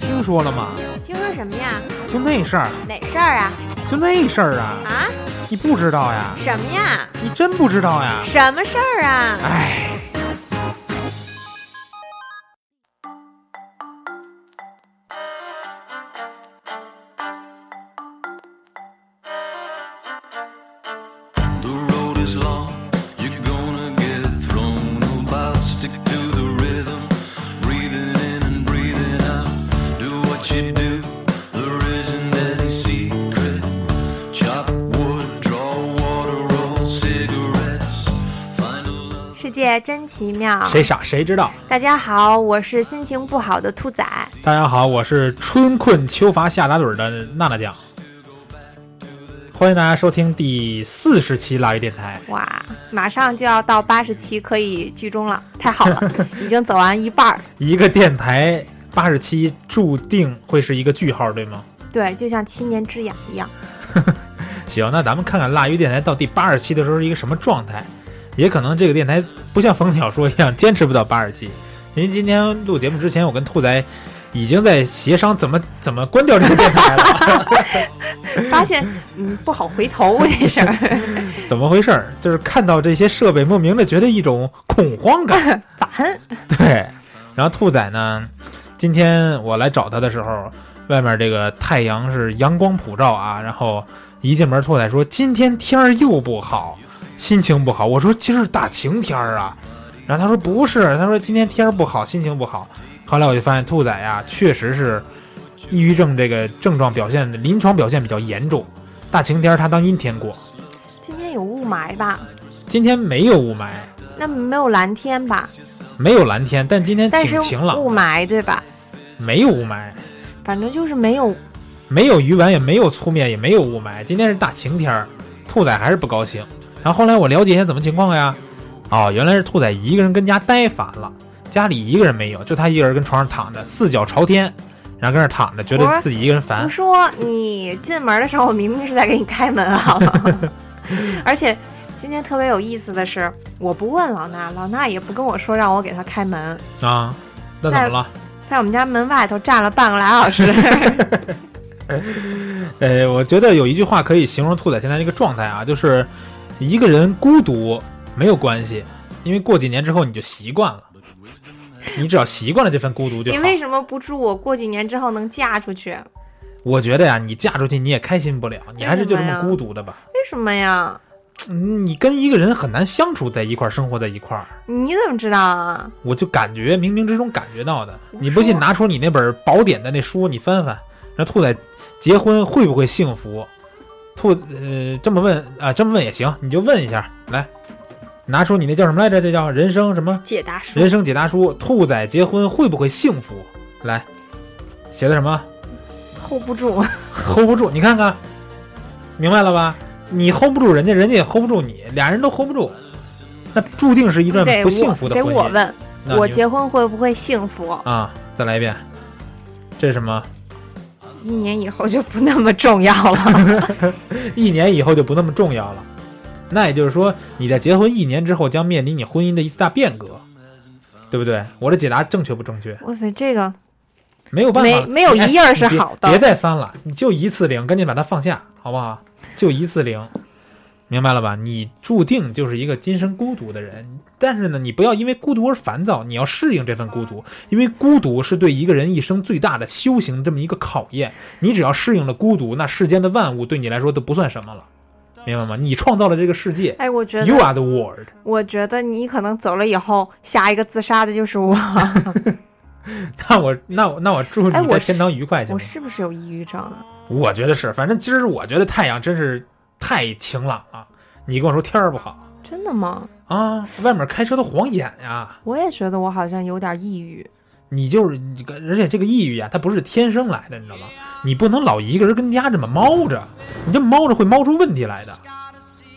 听说了吗？听说什么呀？就那事儿，哪事儿啊？就那事儿啊，啊？你不知道呀？什么呀？你真不知道呀？什么事儿啊？哎， The road is long, you're gonna get thrown about. Stick to the rhythm, breathing in and breathing out. Do what you do, there isn't any secret. Chop wood, draw water, roll cigarettes. Find a love. 世界真奇妙。谁傻谁知道？大家好，我是心情不好的兔仔。大家好，我是春困秋乏夏打盹儿的娜娜酱，欢迎大家收听第四十期腊鱼电台。哇，马上就要到八十期可以剧终了，太 好了，已经走完一半儿。一个电台八十期注定会是一个句号，对吗？对，就像七年之痒一样。行，那咱们看看腊鱼电台到第八十期的时候是一个什么状态。也可能这个电台不像冯小说一样坚持不到八十期。因为今天录节目之前，我跟兔仔已经在协商怎么怎么关掉这个电台了，发现嗯不好回头这事儿，怎么回事儿？就是看到这些设备，莫名的觉得一种恐慌感。烦。对，然后兔仔呢，今天我来找他的时候，外面这个太阳是阳光普照啊，然后一进门，兔仔说今天天儿又不好，心情不好。我说今儿大晴天儿啊，然后他说不是，他说今天天儿不好，心情不好。后来我就发现兔仔呀、确实是抑郁症这个症状表现临床表现比较严重。大晴天儿他当阴天过，今天有雾霾吧？今天没有雾霾，那没有蓝天吧？没有蓝天，但今天但是挺晴朗雾的，霾对吧？没有雾霾。反正就是没有没有鱼丸，也没有粗面，也没有雾霾，今天是大晴天儿，兔仔还是不高兴。然后后来我了解一下怎么情况呀，哦，原来是兔仔一个人跟家呆烦了，家里一个人没有，就他一个人跟床上躺着，四脚朝天，然后跟那儿躺着，觉我得自己一个人不烦。说你进门的时候，我明明是在给你开 门好吗？而且今天特别有意思的是，我不问老衲，老衲也不跟我说让我给他开门，啊，那怎么了？在我们家门外头站了半个来 小时。呃，我觉得有一句话可以形容兔仔现在这个状态啊，就是一个人孤独没有关系，因为过几年之后你就习惯了，你只要习惯了这份孤独就好。你为什么不祝我过几年之后能嫁出去？我觉得呀，你嫁出去你也开心不了，你还是就这为什么么呀孤独的吧。为什么呀？嗯，你跟一个人很难相处在一块儿，生活在一块儿。你怎么知道啊？我就感觉冥冥之中感觉到的。胡你不信，说拿出你那本宝典的那书，你翻翻。那兔仔结婚会不会幸福？兔呃这么问啊、这么问也行，你就问一下来，拿出你那叫什么来着？这叫人生什么解答书人生解答书？兔仔结婚会不会幸福？来，写的什么？ hold 不住， hold 不住，你看看，明白了吧？你 hold 不住人家，人家也 hold 不住你，俩人都 hold 不住，那注定是一段得不幸福嗯我的得婚我姻。问，那我你结婚会不会幸福？啊，再来一遍，这是什么？一年以后就不那么重要了。一年以后就不那么重要了。那也就是说，你在结婚一年之后将面临你婚姻的一次大变革，对不对？我的解答正确不正确？哇塞，这个没有办法没了，没有你哎一页你是别好的。别再翻了，你就一次零，赶紧把它放下，好不好？就一次零，明白了吧？你注定就是一个今生孤独的人，但是呢，你不要因为孤独而烦躁，你要适应这份孤独，因为孤独是对一个人一生最大的修行这么一个考验。你只要适应了孤独，那世间的万物对你来说都不算什么了，明白吗？你创造了这个世界哎，我觉，You 得， are the world。 我觉得你可能走了以后，下一个自杀的就是我。那我那我那我祝哎你我在是天堂愉快，行我吗？是不是有抑郁症啊？我觉得是，反正今儿我觉得太阳真是太晴朗了。你跟我说天儿不好真的吗？啊，外面开车都晃眼呀。我也觉得我好像有点抑郁。你就是，你跟而且这个抑郁啊，它不是天生来的，你知道吗？你不能老一个人跟家这么猫着，你这猫着会猫出问题来的。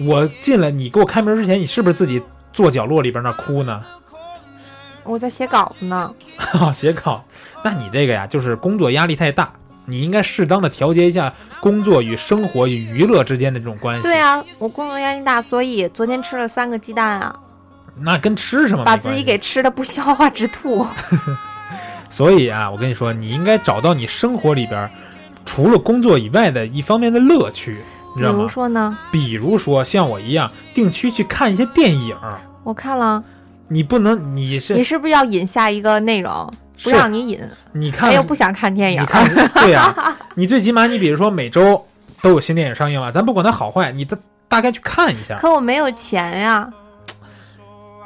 我进来，你给我开门之前，你是不是自己坐角落里边那哭呢？ 我在写稿子呢，哦，写稿，那你这个呀，就是工作压力太大，你应该适当的调节一下工作与生活与娱乐之间的这种关系。对啊，我工作压力大，所以昨天吃了三个鸡蛋啊，那跟吃什么没把关系？啊自己给吃的不消化直吐。所以啊，我跟你说，你应该找到你生活里边儿除了工作以外的一方面的乐趣，你比知道如吗？说呢，比如说像我一样，定期去看一些电影儿。我看了，你不能，你是你是不是要引下一个内容？不是让你引，你看，哎呦，不想看电影你。看， 对呀、你最起码你比如说每周都有新电影上映啊，咱不管它好坏，你大大概去看一下。可我没有钱呀！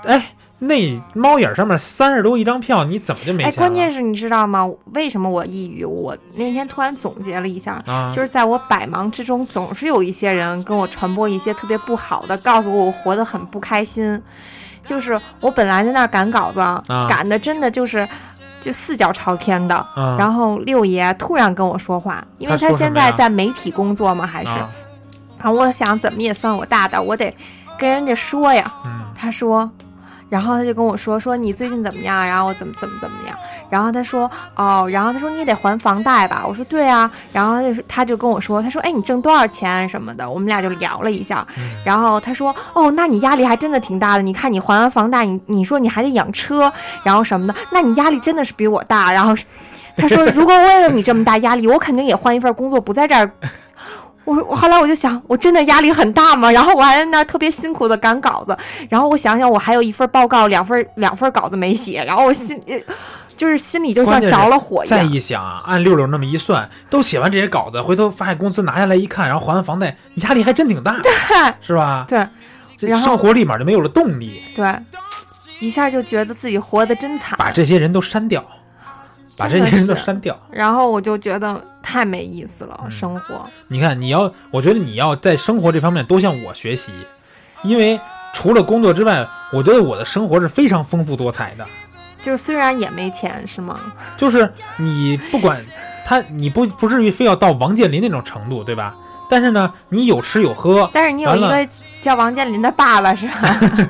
哎，那猫眼上面三十多一张票，你怎么就没哎，钱、了？关键是你知道吗？为什么我抑郁？我那天突然总结了一下，啊，就是在我百忙之中，总是有一些人跟我传播一些特别不好的，告诉我我活得很不开心。就是我本来在那儿赶稿子，啊赶的真的就是就四脚朝天的。啊，然后六爷突然跟我说话，因为他他说什现么在呀在媒体工作嘛，还是。啊然后我想怎么也算我大的，我得跟人家说呀。嗯他说，然后他就跟我说说你最近怎么样？啊然后我怎么怎么怎么样？然后他说哦，然后他说你也得还房贷吧？我说对啊。然后他就说他就跟我说，他说哎你挣多少钱什么的？我们俩就聊了一下。嗯然后他说哦，那你压力还真的挺大的。你看你还完房贷，你你说你还得养车，然后什么的，那你压力真的是比我大。然后是他说如果我也有你这么大压力，我肯定也换一份工作，不在这儿。我我后来我就想，我真的压力很大吗？然后我还在那儿特别辛苦的赶稿子，然后我想想，我还有一份报告，两份两份稿子没写，然后我心呃就是心里就像关键是着了火一再样。一想啊，按六六那么一算，都写完这些稿子，回头发现工资拿下来一看，然后还完房贷，压力还真挺大，是吧？对这然后生活立马就没有了动力，对，一下就觉得自己活得真惨。把这些人都删掉，把这真的些人都 是啊删掉。然后我就觉得太没意思了，嗯生活。你看，你要，我觉得你要在生活这方面多向我学习，因为除了工作之外，我觉得我的生活是非常丰富多彩的。就是虽然也没钱是吗？就是你不管他，你不不至于非要到王健林那种程度，对吧？但是呢，你有吃有喝。但是你有一完了个叫王健林的爸爸是吧？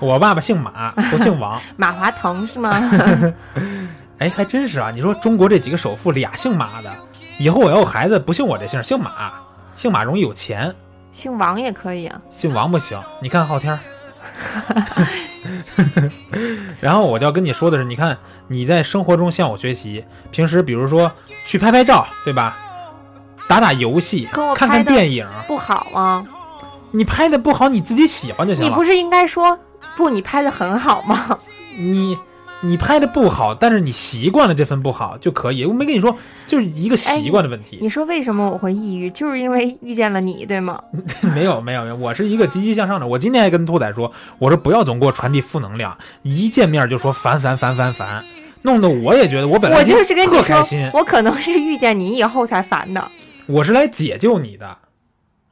我爸爸姓马，不姓王。马化腾是吗？哎，还真是啊！你说中国这几个首富俩姓马的，以后我要有孩子不姓我这姓，姓马，姓马容易有钱，姓王也可以啊。姓王不行。你看昊天儿。 然后我就要跟你说的是，你看你在生活中向我学习，平时比如说去拍拍照，对吧？打打游戏，可我看拍看的电影，不好啊，你拍的不好，你自己喜欢就行你了。不是应该说不？你拍的很好吗？ 你你拍的不好，但是你习惯了这份不好就可以。我没跟你说，就是一个习哎惯的问题。你说为什么我会抑郁？就是因为遇见了你，对吗？ 没有没有没有，我是一个积极向上的。我今天还跟兔仔说，我说不要总给我传递负能量，一见面就说烦烦烦烦烦，弄得我也觉得我本来我就是跟你特说开心，，我可能是遇见你以后才烦的。我是来解救你的。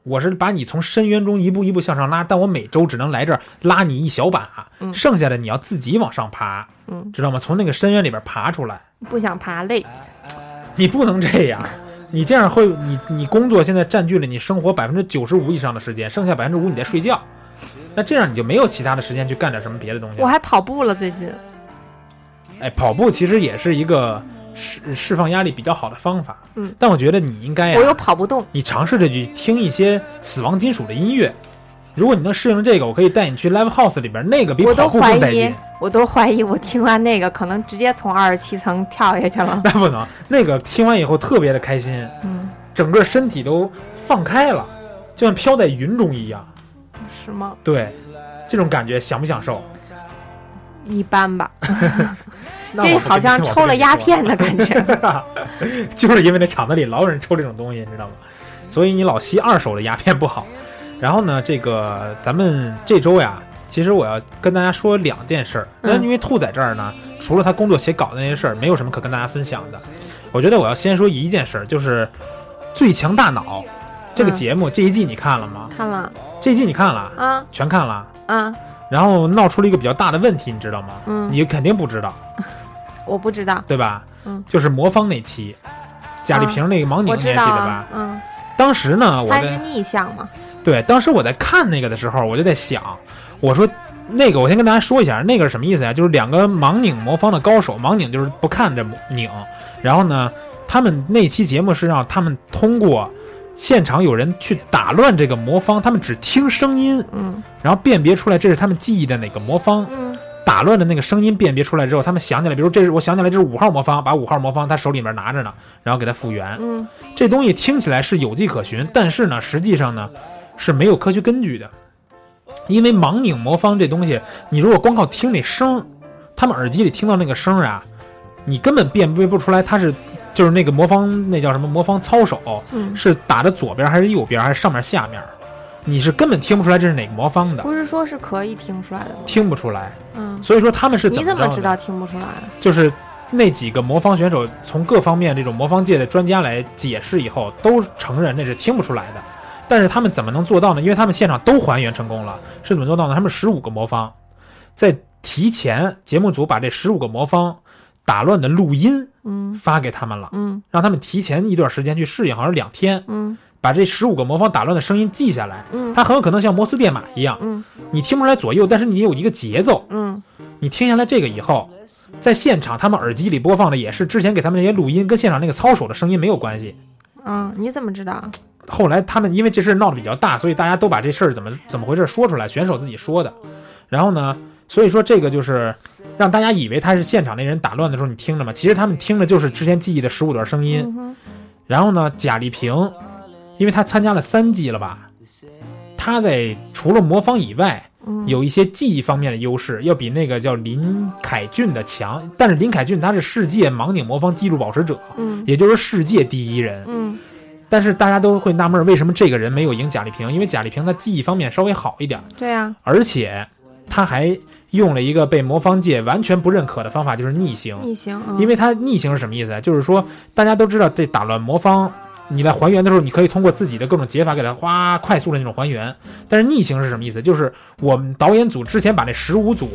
我是把你从深渊中一步一步向上拉，但我每周只能来这儿拉你一小把，嗯剩下的你要自己往上爬，嗯，知道吗？从那个深渊里边爬出来。不想爬累。哎你不能这样，你这样会你你工作现在占据了你生活百分之九十五以上的时间，剩下百分之五你在睡觉，那这样你就没有其他的时间去干点什么别的东西我了。还跑步了，最近哎，跑步其实也是一个释释放压力比较好的方法。嗯，但我觉得你应该哎呀、我又跑不动。你尝试着去听一些死亡金属的音乐。如果你能适应这个，我可以带你去 live house 里边，那个比我跑都步怀更带疑劲。，我都怀疑，我听完那个可能直接从二十七层跳下去了。那不能，那个听完以后特别的开心，嗯，整个身体都放开了，就像飘在云中一样。是吗？对，这种感觉享不享受？ 一般 吧，那这我不好像跟抽了鸦片，的感觉。 我不跟你说就是因为那厂子里老有人抽这种东西，你知道吗？所以你老吸二手的鸦片不好。然后呢，这个咱们这周呀，其实我要跟大家说两件事儿。那嗯因为兔在这儿呢，除了他工作写稿的那些事儿，没有什么可跟大家分享的。我觉得我要先说一件事儿，就是《最强大脑》这个嗯节目、这一季你看了吗？看了这一季你看了？啊全看了。啊，然后闹出了一个比较大的问题，你知道吗？嗯，你肯定不知道，我不知道，对吧？嗯，就是魔方那期，贾丽萍那个盲拧你还我记知得道吧啊？，嗯，当时呢，我它是在逆向嘛，对，当时我在看那个的时候，我就在想，我说那个，我先跟大家说一下，那个是什么意思呀、就是两个盲拧魔方的高手，盲拧就是不看着拧，然后呢，他们那期节目是让他们通过现场有人去打乱这个魔方，他们只听声音，嗯然后辨别出来这是他们记忆的哪个魔方。嗯打乱的那个声音辨别出来之后，他们想起来，比如这是我想起来这是五号魔方，把五号魔方他手里面拿着呢，然后给他复原。嗯，这东西听起来是有迹可循，但是呢，实际上呢是没有科学根据的，因为盲拧魔方这东西，你如果光靠听那声儿，他们耳机里听到那个声儿啊，你根本辨别不出来它是就是那个魔方那叫什么魔方操手，嗯是打着左边还是右边还是上面下面，你是根本听不出来这是哪个魔方的，不是说是可以听出来的吗？听不出来。嗯，所以说他们是怎你么着怎么呢知道听不出来？啊就是那几个魔方选手从各方面这种魔方界的专家来解释以后，都承认那是听不出来的。但是他们怎么能做到呢？因为他们现场都还原成功了，是怎么做到呢？他们十五个魔方，在提前节目组把这十五个魔方打乱的录音嗯发给他们了，嗯让他们提前一段时间去适应，好像是两天，嗯把这十五个魔方打乱的声音记下来。嗯它很有可能像摩斯电码一样，嗯你听不出来左右，但是你有一个节奏，嗯你听下来这个以后，在现场他们耳机里播放的也是之前给他们那些录音，跟现场那个操手的声音没有关系。嗯，你怎么知道？后来他们因为这事儿闹得比较大，所以大家都把这事儿怎么怎么回事说出来，选手自己说的。然后呢，所以说这个就是让大家以为他是现场那人打乱的时候你听着嘛，其实他们听的就是之前记忆的十五段声音。嗯哼然后呢，贾丽萍，因为她参加了三季了吧，她在除了魔方以外，嗯，有一些技艺方面的优势，要比那个叫林凯俊的强。但是林凯俊他是世界盲拧魔方纪录保持者，嗯也就是世界第一人。嗯但是大家都会纳闷儿，为什么这个人没有赢贾丽萍？因为贾丽萍她技艺方面稍微好一点，对啊呀、而且她还用了一个被魔方界完全不认可的方法，就是逆行。逆行，嗯因为它逆行是什么意思啊？就是说大家都知道这打乱魔方，你来还原的时候，你可以通过自己的各种解法给它哗快速的那种还原。但是逆行是什么意思？就是我们导演组之前把这十五组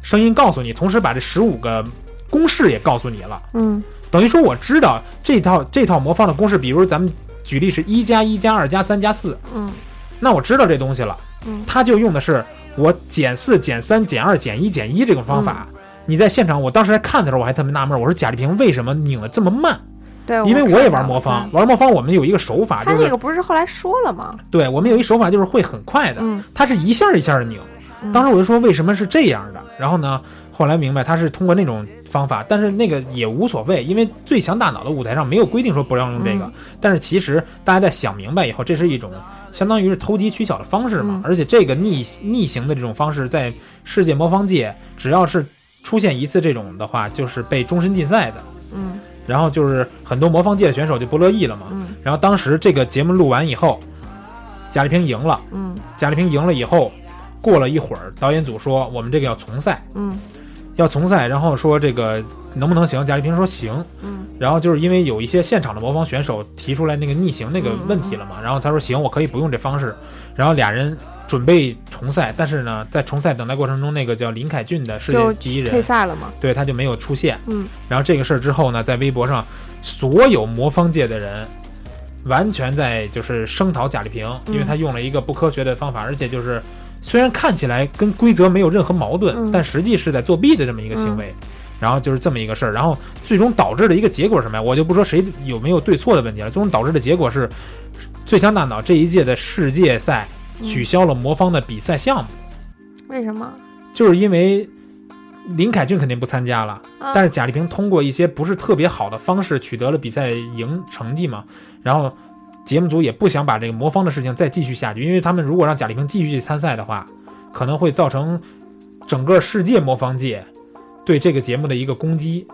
声音告诉你，同时把这十五个公式也告诉你了，嗯等于说我知道这套这套魔方的公式，比如咱们举例是一加一加二加三加四，嗯那我知道这东西了，嗯他就用的是我减四、减三、减二、减一、减一这种方嗯法。你在现场，我当时在看的时候，我还特别纳闷，我说贾丽萍为什么拧的这么 慢？对，因为我也看玩到魔了方，对玩魔方我们有一个手法，他就那是个不是后来说了吗？对我们有一手法就是会很快的，嗯，它是一下一下的拧。嗯当时我就说为什么是这样的，然后呢，后来明白他是通过那种方法，但是那个也无所谓，因为最强大脑的舞台上没有规定说不让用这个，嗯但是其实大家在想明白以后，这是一种相当于是投机取巧的方式嘛，嗯而且这个逆逆行的这种方式在世界魔方界，只要是出现一次这种的话，就是被终身禁赛的，嗯然后就是很多魔方界的选手就不乐意了嘛，嗯然后当时这个节目录完以后，贾丽萍赢了。嗯贾丽萍赢了以后，过了一会儿，导演组说我们这个要重赛，嗯要重赛，然后说这个能不能行？贾丽萍说行。嗯然后就是因为有一些现场的魔方选手提出来那个逆行那个问题了嘛，然后他说行，我可以不用这方式。然后俩人准备重赛，但是呢，在重赛等待过程中，那个叫林凯俊的世界就第一退人，赛了嘛。对他就没有出现。嗯然后这个事儿之后呢，在微博上，所有魔方界的人完全在就是声讨贾丽萍，嗯因为她用了一个不科学的方法，而且就是虽然看起来跟规则没有任何矛盾，嗯但实际是在作弊的这么一个行为。然后就是这么一个事儿，然后最终导致的一个结果是什么呀？我就不说谁有没有对错的问题了，最终导致的结果是，最强大脑这一届的世界赛嗯取消了魔方的比赛项目，为什么？就是因为林凯俊肯定不参加了。啊但是贾丽萍通过一些不是特别好的方式取得了比赛赢成绩嘛，然后节目组也不想把这个魔方的事情再继续下去，因为他们如果让贾丽萍继续去参赛的话，可能会造成整个世界魔方界对这个节目的一个攻击。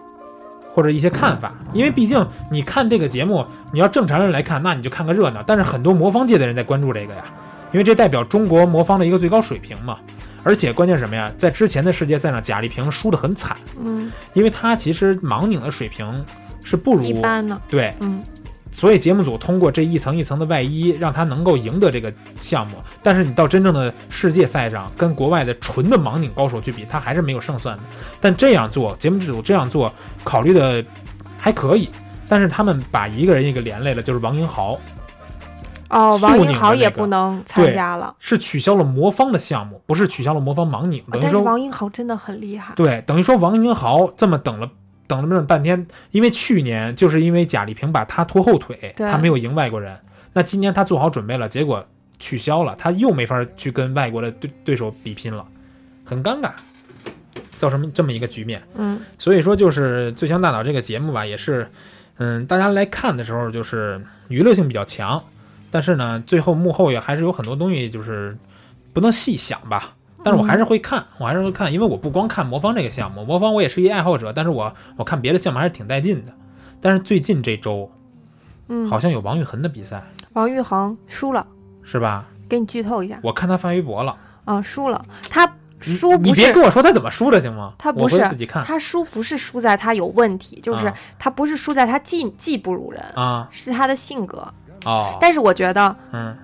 或者一些看法，因为毕竟你看这个节目，你要正常人来看，那你就看个热闹。但是很多魔方界的人在关注这个呀，因为这代表中国魔方的一个最高水平嘛。而且关键是什么呀？在之前的世界赛上，贾丽萍输得很惨，嗯因为他其实盲拧的水平是不一如般呢。对，嗯所以节目组通过这一层一层的外衣，让他能够赢得这个项目。但是你到真正的世界赛上，跟国外的纯的盲拧高手去比，他还是没有胜算的。但这样做，节目制组这样做考虑的还可以，但是他们把一个人一个连累了，就是王英豪哦，肃王宁英的豪也那个不能参对加了，是取消了魔方的项目，不是取消了魔方盲拧，等于但是说王英豪真的很厉害。对，等于说王英豪这么等了等了这么半天，因为去年就是因为贾丽萍把他拖后腿，对他没有赢外国人。那今年他做好准备了，结果取消了，他又没法去跟外国的对对手比拼了，很尴尬。造成这么一个局面。嗯所以说，就是《最强大脑》这个节目吧，也是，嗯，大家来看的时候就是娱乐性比较强，但是呢，最后幕后也还是有很多东西就是不能细想吧。但是我还是会看，我还是会看，因为我不光看魔方这个项目，魔方我也是一爱好者，但是我我看别的项目还是挺带劲的。但是最近这周嗯，好像有王昱珩的比赛，王昱珩输了，是吧？给你剧透一下我看他发微博了，啊，输了，他你输你不别是跟我说他怎么输的行吗？他不我会是自己看他输不是输在他有问题，就是啊他不是输在他技技不如人，啊是他的性格。哦，但是我觉得嗯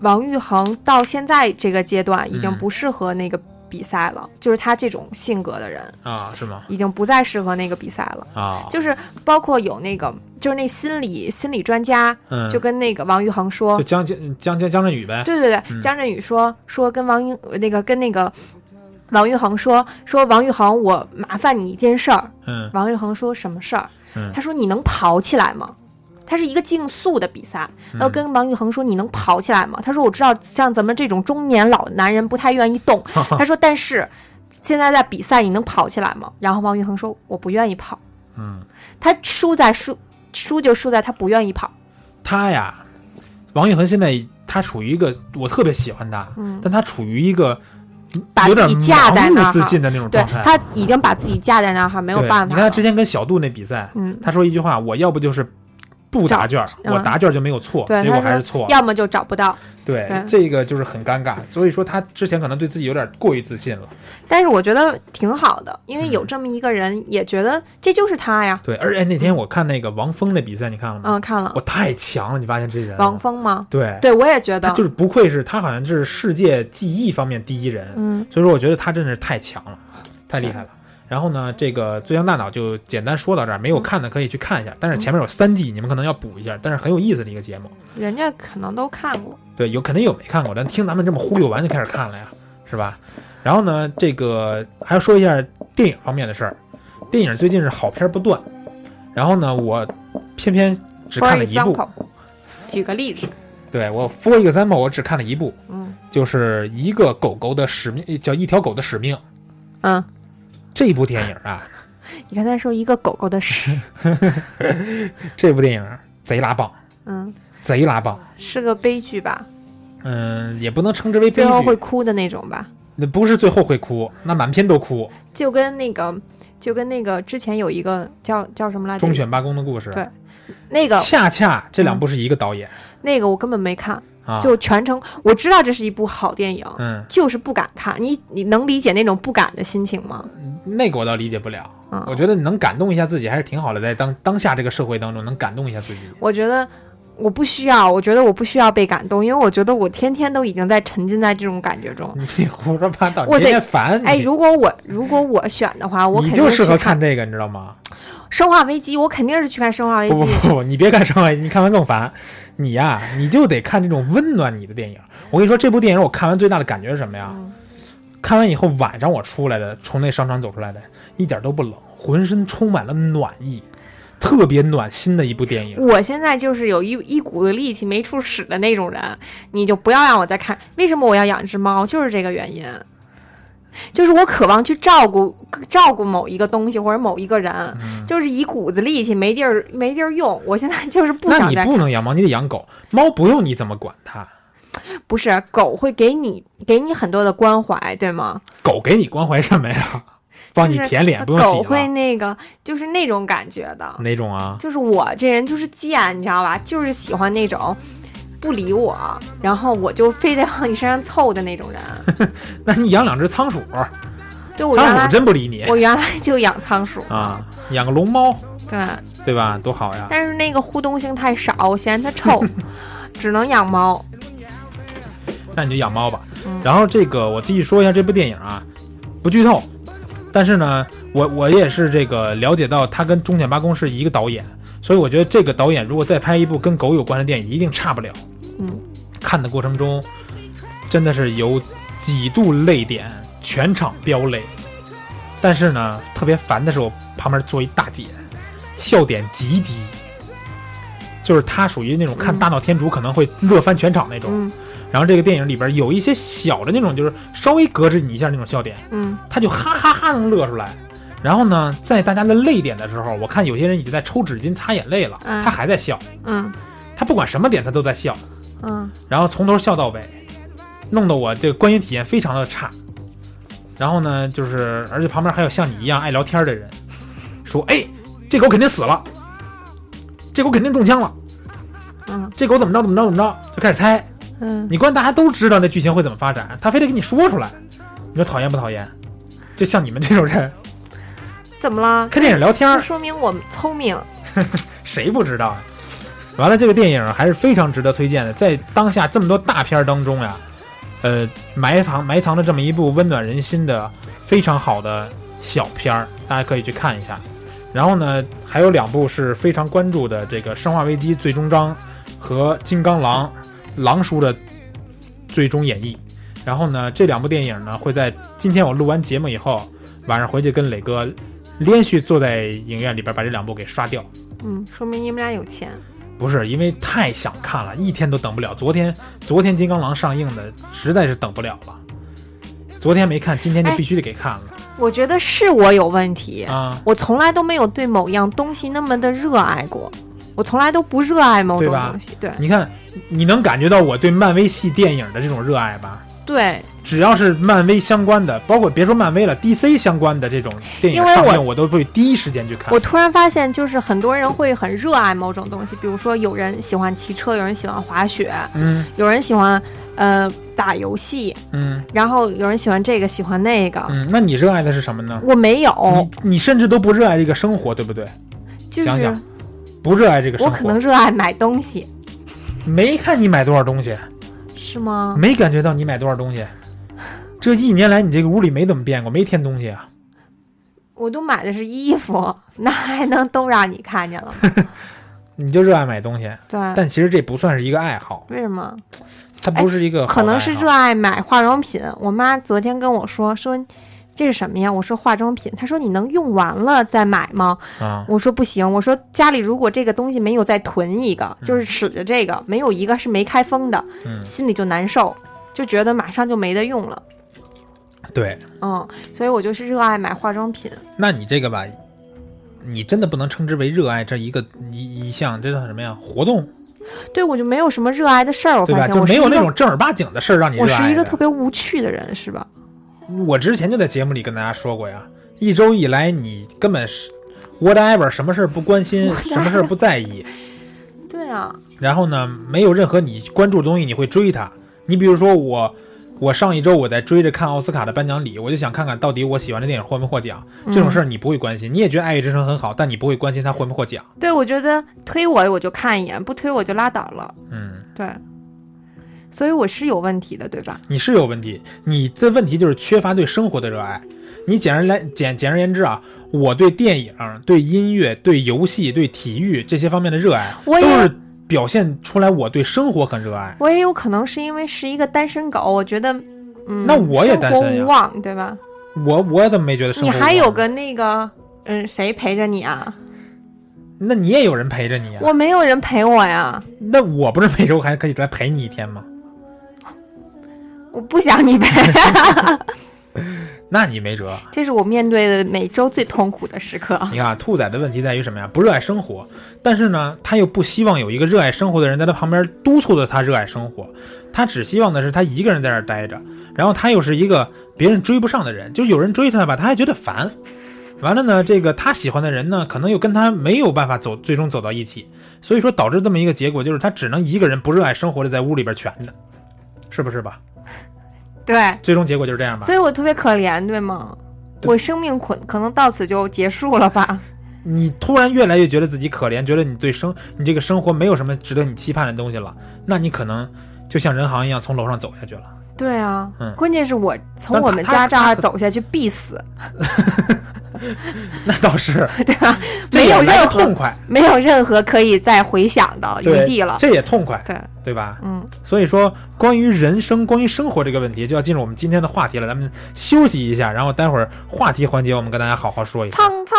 王昱珩到现在这个阶段已经嗯不适合那个比赛了，就是他这种性格的人啊是吗？已经不再适合那个比赛了。啊，就是包括有那个，就是那心理心理专家嗯就跟那个王昱珩说就，江江江江江振宇呗。对对对，嗯江振宇说说跟王昱那个跟那个王昱珩说说王昱珩，我麻烦你一件事儿。嗯王昱珩说什么事儿？嗯他说你能跑起来吗？它是一个竞速的比赛，嗯然后跟王昱珩说：“你能跑起来吗？”他说：“我知道，像咱们这种中年老男人不太愿意 动。”他说：“但是现在在比赛，你能跑起来吗？”然后王昱珩说：“我不愿意跑。嗯，”他输在输输就输在他不愿意跑。他呀，王昱珩现在他处于一个我特别喜欢他，嗯，但他处于一个把有自点己架在盲目那儿自哈信的那种对状态。他已经把自己架在那儿哈，没没有办你法看了他。之前跟小度那比赛，嗯，他说一句话：“我要不就是。”不答卷儿，嗯我答卷儿就没有错，对结果他说还是错。要么就找不到。对，对这个就是很尴尬。所以说他之前可能对自己有点过于自信了。但是我觉得挺好的，因为有嗯这么一个人，也觉得这就是他呀。对，而且那天我看那个王峰那比赛，你看了吗？嗯，看了我太强了，你发现这人了王峰吗？对，对，我也觉他得，就是不愧是他，好像是世界记忆方面第一人。嗯所以说我觉得他真的是太强了，太厉害了。然后呢，这个《最强大脑》就简单说到这儿，没有看的可以去看一下。但是前面有三季，你们可能要补一下，但是很有意思的一个节目。人家可能都看过。对，有肯定有没看过，但听咱们这么忽悠完就开始看了呀，是吧？然后呢，这个还要说一下电影方面的事儿。电影最近是好片儿不断，然后呢，我偏偏只 For 看了一部。 example，举个例子，对我 for example，我只看了一部，嗯就是一个狗狗的使命，呃叫一条狗的使命嗯，这部电影啊， 你刚才说一个狗狗的屎，这部电影贼拉棒，嗯，贼拉棒。是个悲剧吧，嗯，也不能称之为悲最后会剧，哭的那种吧，那不是最后会哭，那满篇都哭。就跟那个就跟那个之前有一个叫叫什么来着忠，犬八公的故事，啊对那个恰恰这两部是一个导演、那个我根本没看，啊。嗯就全程我知道这是一部好电影。嗯，就是不敢看，你你能理解那种不敢的心情吗？那个我倒理解不了。嗯，我觉得能感动一下自己还是挺好的，在当当下这个社会当中能感动一下自己。我觉得我不需要，我觉得我不需要被感动，因为我觉得我天天都已经在沉浸在这种感觉中。你胡说八道，哇你塞也烦。哎，你如果我如果我选的话，我肯嗯你定就是适合去看看这个，你知道吗？ 《生化危机》，我肯定是去看《生化危不机不》不不，你别看《上海》，你看完更烦。你呀、你就得看这种温暖你的电影。我跟你说，这部电影我看完最大的感觉是什么呀？嗯看完以后，晚上我出来的，从那商场走出来的，一点都不冷，浑身充满了暖意，特别暖心的一部电影。我现在就是有一一股子力气没处使的那种人，你就不要让我再看。为什么我要养只猫？就是这个原因，就是我渴望去照顾照顾某一个东西或者某一个人，嗯就是一股子力气没地儿没地儿用。我现在就是不那想你再不能养猫，你得养狗。猫不用你怎么管它，不是狗会给你给你很多的关怀，对吗？狗给你关怀什么呀？帮你就是舔脸，不用洗狗会了。那个就是那种感觉的，哪种啊？就是我这人就是贱，你知道吧？就是喜欢那种不理我，然后我就非得往你身上凑的那种 人。那你养两只仓鼠，对我原仓鼠来真不理你我原来就养仓鼠啊！养个龙猫，对，对吧？多好呀！但是那个互动性太少，我嫌它 臭，只能养猫。那你就养猫吧。嗯然后这个我继续说一下这部电影啊，不剧透，但是呢，我我也是这个了解到他跟《忠犬八公》是一个导演，所以我觉得这个导演如果再拍一部跟狗有关的电影，一定差不了。嗯，看的过程中真的是有几度泪点，全场飙泪。但是呢，特别烦的是我旁边坐一大姐，笑点极低，就是她属于那种看《大闹天竺》可能会热翻全场那种。嗯然后这个电影里边有一些小的那种，就是稍微隔着你一下那种笑点，嗯，他就哈哈哈能乐出来。然后呢，在大家的泪点的时候，我看有些人已经在抽纸巾擦眼泪了，嗯他还在笑，嗯他不管什么点他都在笑，嗯，然后从头笑到尾，弄得我这个观影体验非常的差。然后呢，就是而且旁边还有像你一样爱聊天的人，说：“哎，这狗肯定死了，这狗肯定中枪了，嗯这狗怎么着怎么着怎么着，就开始猜。嗯，你关大家都知道那剧情会怎么发展，他非得给你说出来，你说讨厌不讨厌？就像你们这种人，怎么了？看电影聊天这儿，说明我们聪明。谁不知道啊？完了，这个电影还是非常值得推荐的，在当下这么多大片儿当中呀，呃，埋藏埋藏着这么一部温暖人心的非常好的小片儿，大家可以去看一下。然后呢，还有两部是非常关注的，这个《生化危机：最终章》和《金刚狼》狼叔的最终演绎。然后呢，这两部电影呢会在今天我录完节目以后，晚上回去跟磊哥连续坐在影院里边把这两部给刷掉。嗯，说明你们俩有钱。不是因为太想看了，一天都等不了。昨天昨天《金刚狼》上映的，实在是等不了了。昨天没看，今天就哎必须得给看了、我觉得是我有问题，啊！我从来都没有对某样东西那么的热爱过，我从来都不热爱某对种吧嗯东西。对你看，你能感觉到我对漫威系电影的这种热爱吧？对，只要是漫威相关的，包括别说漫威了，DC 相关的这种电影因为上我映，我都会第一时间去看我。突然发现，就是很多人会很热爱某种东西，比如说有人喜欢骑车，有人喜欢滑雪，嗯有人喜欢呃打游戏，嗯然后有人喜欢这个，喜欢那个。嗯，那你热爱的是什么呢？我没有，你你甚至都不热爱这个生活，对不对？就是想想不热爱这个生我活，可能热爱买东西，没看你买多少东西。是吗？ 没感觉到你买多少东西。这一年来，你这个屋里没怎么变过，没添东西啊。我都买的是衣服，那还能都让你看见了 吗？你就热爱买东西，对，但其实这不算是一个爱好，为什么？它不是一个好的哎可爱好、能是热爱买化妆品。我妈昨天跟我说说。这是什么呀？我说化妆品，她说你能用完了再买吗？啊，我说不行，我说家里如果这个东西没有再囤一个，就是使着这个，没有一个是没开封的，嗯，心里就难受，就觉得马上就没得用了。对。嗯，所以我就是热爱买化妆品。那你这个吧，你真的不能称之为热爱这一个一一项，这叫什么呀？活动对我就没有什么热爱的事儿，我对发吧？现就我是没一有那个种正儿八经的事儿让你热我爱的。是一个特别无趣的人，是吧？我之前就在节目里跟大家说过呀，一周以来你根本是 whatever，什么事儿不关 心，什么事儿不在意。对啊，然后呢，没有任何你关注的东西，你会追它。你比如说我，我上一周我在追着看奥斯卡的颁奖礼，我就想看看到底我喜欢的电影获没获奖。这种事儿你不会关心，你也觉得《爱乐之城》很好，但你不会关心它获没获奖。对我觉得推我我就看一眼，不推我就拉倒了。嗯，对，所以我是有问题的，对吧？你是有问题，你的问题就是缺乏对生活的热爱。你简而来简简而言之啊，我对电影、对音乐、对游戏、对体育这些方面的热爱，都我也是表现出来我对生活很热爱。我也有可能是因为是一个单身狗，我觉得，嗯，那我也单身呀生活无望，对吧？我我怎么没觉得生活你无聊呢？还有个那个，嗯，谁陪着你啊？那你也有人陪着你啊呀、我没有人陪我呀，那我不是每周还可以来陪你一天吗？ 我不想你陪。 那你没辙。这是我面对的每周最痛苦的时刻。你看啊，兔仔的问题在于什么呀？不热爱生活，但是呢，他又不希望有一个热爱生活的人在他旁边督促着他热爱生活，他只希望的是他一个人在那儿待着，然后他又是一个别人追不上的人，就有人追他吧，他还觉得烦。完了呢，这个他喜欢的人呢，可能又跟他没有办法走，最终走到一起，所以说导致这么一个结果，就是他只能一个人不热爱生活的在屋里边蜷着，是不是吧？对，最终结果就是这样吧所。以我特别可怜，对吗？对我生命可可能到此就结束了吧？你突然越来越觉得自己可怜，觉得你对生你这个生活没有什么值得你期盼的东西了，那你可能就像人行一样从楼上走下去了。对啊，嗯关键是我从但我们他家这他儿走下去必死，那倒是， 对吧？这没也有来得任何痛快，没有任何可以再回想的余对地了。这也痛快，对，对吧？嗯，所以说，关于人生、关于生活这个问题，就要进入我们今天的话题了。咱们休息一下，然后待会儿话题环节，我们跟大家好好说一下。苍苍，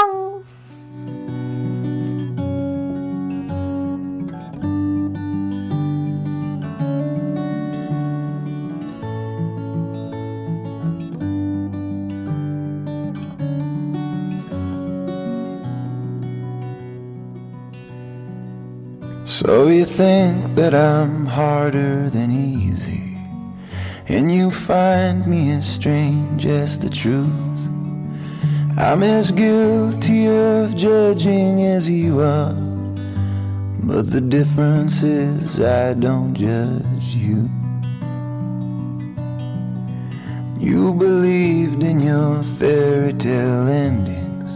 So you think that I'm harder than easy, and you find me as strange as the truth. I'm as guilty of judging as you are, but the difference is I don't judge you. You believed in your fairy tale endings.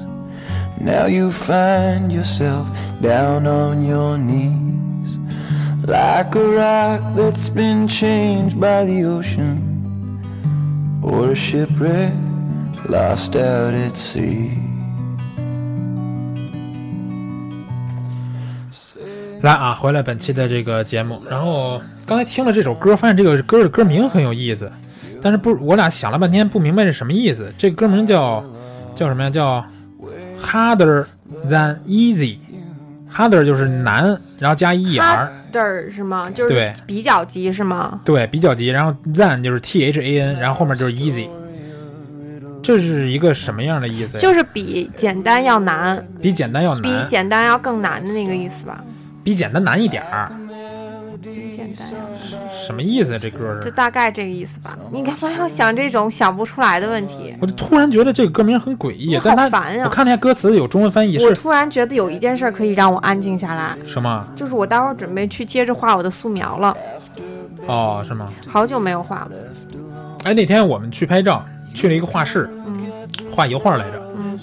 Now you find yourself down on your knees, like a rock that's been changed by the ocean, or a shipwreck lost out at sea. 来啊，回来本期的这个节目，然后刚才听了这首歌，发现这个歌的歌名很有意思，但是不，我俩想了半天不明白是什么意思。这个歌名叫叫什么呀？叫 Harder Than Easy。Harder 就是难，然后加 e r， ，harder 是吗？就对是比较级是吗？对，比较级，然后 than 就是 t h a n，然后后面就是 easy。这是一个什么样的意思呀？就是比简单要难，比简单要比难，简单要更难的那个意思吧？比简单难一点儿，比简单要难，什么意思、啊？这歌？就是大概这个意思吧。你干嘛要想这种想不出来的问题？我就突然觉得这个歌名很诡异我，好但它烦啊我看了一下歌词有中文翻译我是突然觉得有一件事儿可以让我安静下来，什么？就是我待会儿准备去接着画我的素描了，哦，是吗？好久没有画了。哎，那天我们去拍照，去了一个画室，嗯画油画来着，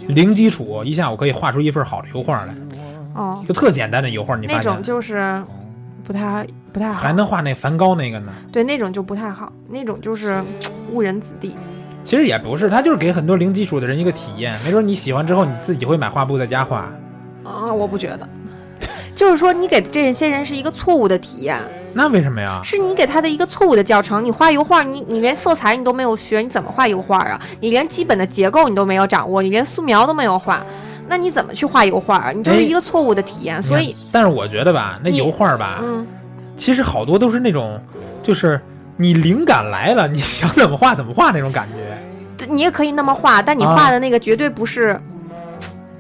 零基础一下午可以画出一份好的油画来，哦，就特简单的油画，你那发种现？就是不太不还太好，能画那梵高那个呢？对，那种就不太好，那种 就是误人子弟。其实也不是，它就是给很多零基础的人一个体验。没准你喜欢之后，你自己会买画布在家画。啊，我不觉得。 就是说，你给这些人是一个错误的体验，那为什么呀？是你给他的一个错误的教程。你画油画，你你连色彩你都没有学，你怎么画油画啊？你连基本的结构你都没有掌握，你连素描都没有画，那你怎么去画油画啊？你就是一个错误的体啊验。所哎你以，看，啊但是我觉得吧，那你油画吧，嗯，其实好多都是那种，就是你灵感来了，你想怎么画怎么画那种感觉。对你也可以那么画，但你啊画的那个绝对不是，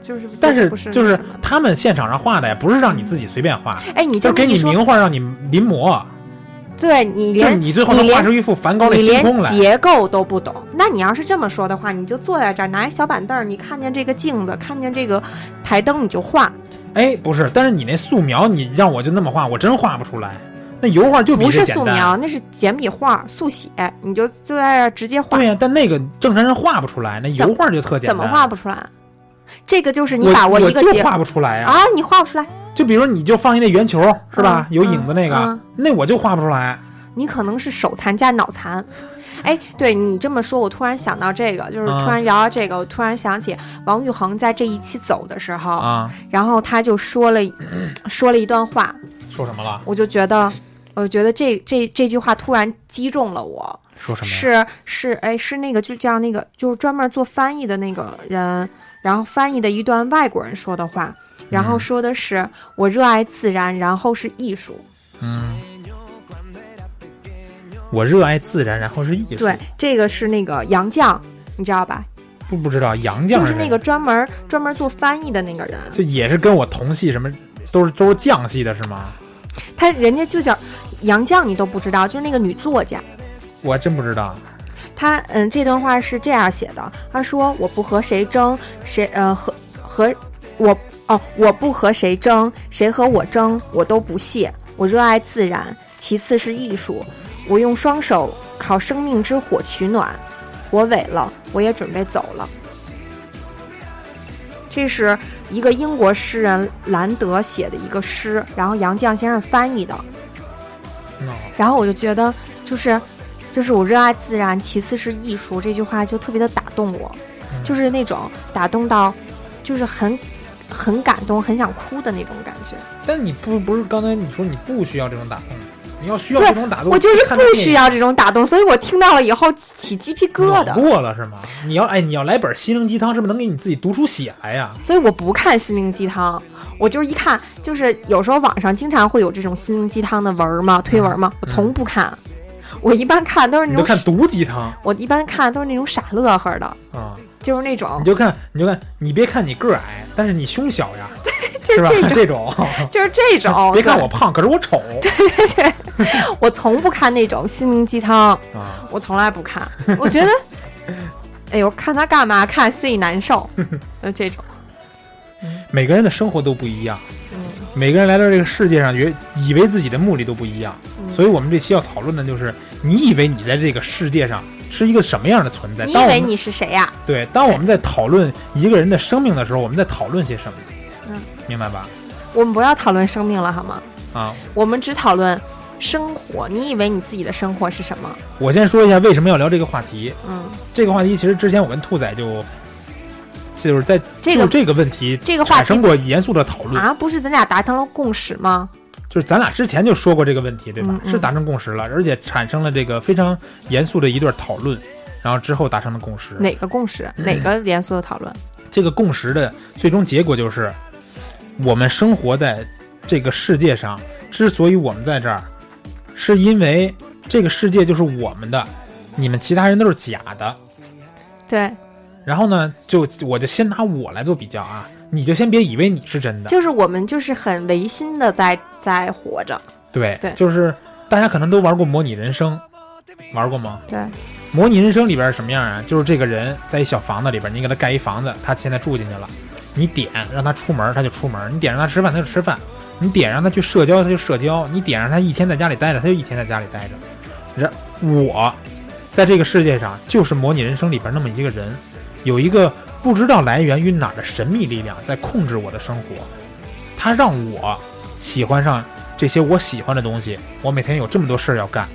就是但是不是就那是什么他们现场上画的呀，不是让你自己随便画，哎，你就这是么给一你说，名画让你临摹，对你就是连你最后能你画连出一幅梵高的你星连空来。结构都不懂，那你要是这么说的话，你就坐在这儿，拿一小板凳儿，你看见这个镜子，看见这个台灯，你就画。哎，不是，但是你那素描，你让我就那么画，我真画不出来。那油画就比不这是简素单。描，那是简笔画、速写，你就就在这儿直接画对，呀、但那个正常人画不出来，那油画就特简单。怎么画不出来？这个就是我？你把握一个我结就画不出来呀、啊，你画不出来，就比如你就放一那圆球是吧？嗯有影子那个，嗯嗯那我就画不出来。你可能是手残加脑残。哎，对你这么说，我突然想到这个，就是嗯突然聊到这个，我突然想起王昱珩在这一期走的时候，啊，然后他就说 了一说了一段话，说什么了？我就觉得，我觉得这这这句话突然击中了我，说什么？是是，哎，是那个就叫那个就是专门做翻译的那个人，然后翻译的一段外国人说的话，然后嗯说的是、我热爱自然，然后是艺术，嗯，我热爱自然，然后是艺术。对，，这个是那个杨绛，你知道吧？不不知道杨绛就是谁那个，专门专门做翻译的那个人，就也是跟我同系什么，都是都是将系的是吗？他人家就叫杨绛，你都不知道，就是那个女作家。我还真不知道。他嗯，这段话是这样写的，他说：“我不和谁争，谁呃和和我哦，我不和谁争，谁和我争，我都不屑。我热爱自然，其次是艺术。我用双手靠生命之火取暖，火萎了，我也准备走了。”这是一个英国诗人兰德写的一个诗，然后杨绛先生翻译的。嗯然后我就觉得，就是，就是我热爱自然，其次是艺术这句话就特别的打动我，嗯就是那种打动到，就是很，很感动，很想哭的那种感觉。但你不不是刚才你说你不需要这种打动，你要需要对这种打动，我就是看不电影需要这种打动，所以我听到了以后起起鸡皮疙暖瘩。过了是吗？你要哎，你要来本心灵鸡汤，是不是能给你自己读出血来呀？所以我不看心灵鸡汤，我就是一看，就是有时候网上经常会有这种心灵鸡汤的文儿嘛、推文嘛，我从不看。我一般看都是嗯你那就种看傻，毒鸡汤我一般看都是那种傻乐呵的，啊、就是那种你就看你就看，你别看你个儿矮，但是你胸小呀，就是吧这？种， 这种，就是 这种。 别看对我，胖，可是我丑我从不看那种心灵鸡汤，啊。我从来不看。我觉 得，哎呦，看他干嘛？看心里难受。 就这种，每个人的生活都不一样，嗯每个人来到这个世界上，觉以为自己的目的都不一样，嗯。所以我们这期要讨论的就是，你以为你在这个世界上是一个什么样的存在？你当以我为们你是谁呀、对，当我们在讨论一个人的生命的时候，我们在讨论些什么？嗯，明白吧？我们不要讨论生命了好吗？啊，我们只讨论生活。你以为你自己的生活是什么？我先说一下为什么要聊这个话题。嗯，这个话题其实之前我跟兔仔就就是在这就个这个问题这个话产题生过严肃的讨论，啊，不是咱俩达成了共识吗？就是咱俩之前就说过这个问题，对吧？嗯嗯是达成共识了，而且产生了这个非常严肃的一段讨论，然后之后达成了共识。哪个共识？哪个严肃的讨论？这个共识的最终结果就是，我们生活在这个世界上，之所以我们在这儿，是因为这个世界就是我们的，你们其他人都是假的。对，然后呢，就我就先拿我来做比较啊，你就先别以为你是真的，就是我们就是很违心的在在活着。对，对就是大家可能都玩过模拟人生，玩过吗？对，模拟人生里边是什么样啊？就是这个人在一小房子里边，你给他盖一房子，他现在住进去了，你点让他出门，他就出门；你点让他吃饭，他就吃饭；你点让他去社交，他就社交；你点让他一天在家里待着，他就一天在家里待着。然我在这个世界上就是模拟人生里边那么一个人，有一个不知道来源于哪儿的神秘力量在控制我的生活，它让我喜欢上这些我喜欢的东西。我每天有这么多事儿要干，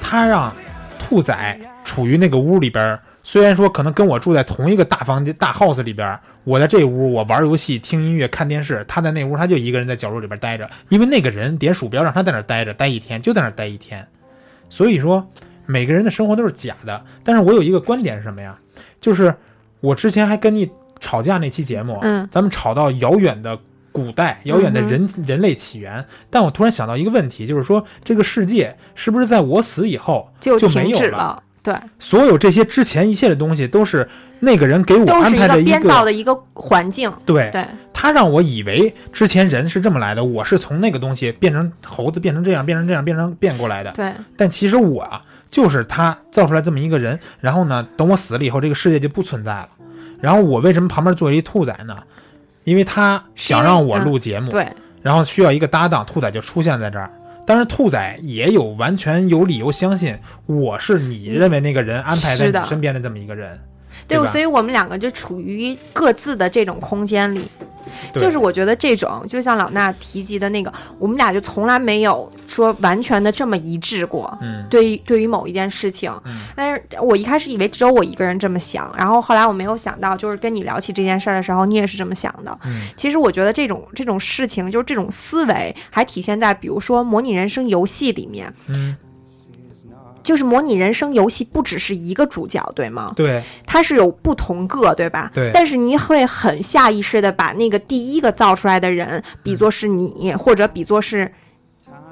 它让兔仔处于那个屋里边儿，虽然说可能跟我住在同一个大房间、大 house 里边儿，我在这屋我玩游戏、听音乐、看电视，他在那屋他就一个人在角落里边待着，因为那个人点鼠标让他在那儿待着，待一天就在那儿待一天。所以说，每个人的生活都是假的。但是我有一个观点是什么呀？就是我之前还跟你吵架那期节目，嗯咱们吵到遥远的古代、遥远的人、人类起源，但我突然想到一个问题，就是说这个世界是不是在我死以后就没停有止了？了。对，所有这些之前一切的东西都是那个人给哎我都安是一排的个一哎编造的一个环境。对，对，他让我以为之前人是这么来的，我是从那个东西变成猴子，变成这样，变成这样，变成变过来的。对，但其实我啊，就是他造出来这么一个人，然后呢，等我死了以后，这个世界就不存在了。然后我为什么旁边坐着一兔仔呢？因为他想让嗯我录节目，对，然后需要一个搭档，兔仔就出现在这儿。当然，兔仔也有完全有理由相信我是你认为那个人安排在是的你身边的这么一个人，对对，吧所以我们两个就处于各自的这种空间里。对就是我觉得这种，就像老衲提及的那个，我们俩就从来没有说完全的这么一致过。嗯对于对于某一件事情，嗯但是我一开始以为只有我一个人这么想，然后后来我没有想到，就是跟你聊起这件事儿的时候，你也是这么想的。嗯其实我觉得这种这种事情，就是这种思维，还体现在比如说模拟人生游戏里面，嗯，就是模拟人生游戏不只是一个主角，对吗？对它是有不同个，对吧？对但是你会很下意识的把那个第一个造出来的人比作是你，或者比作是，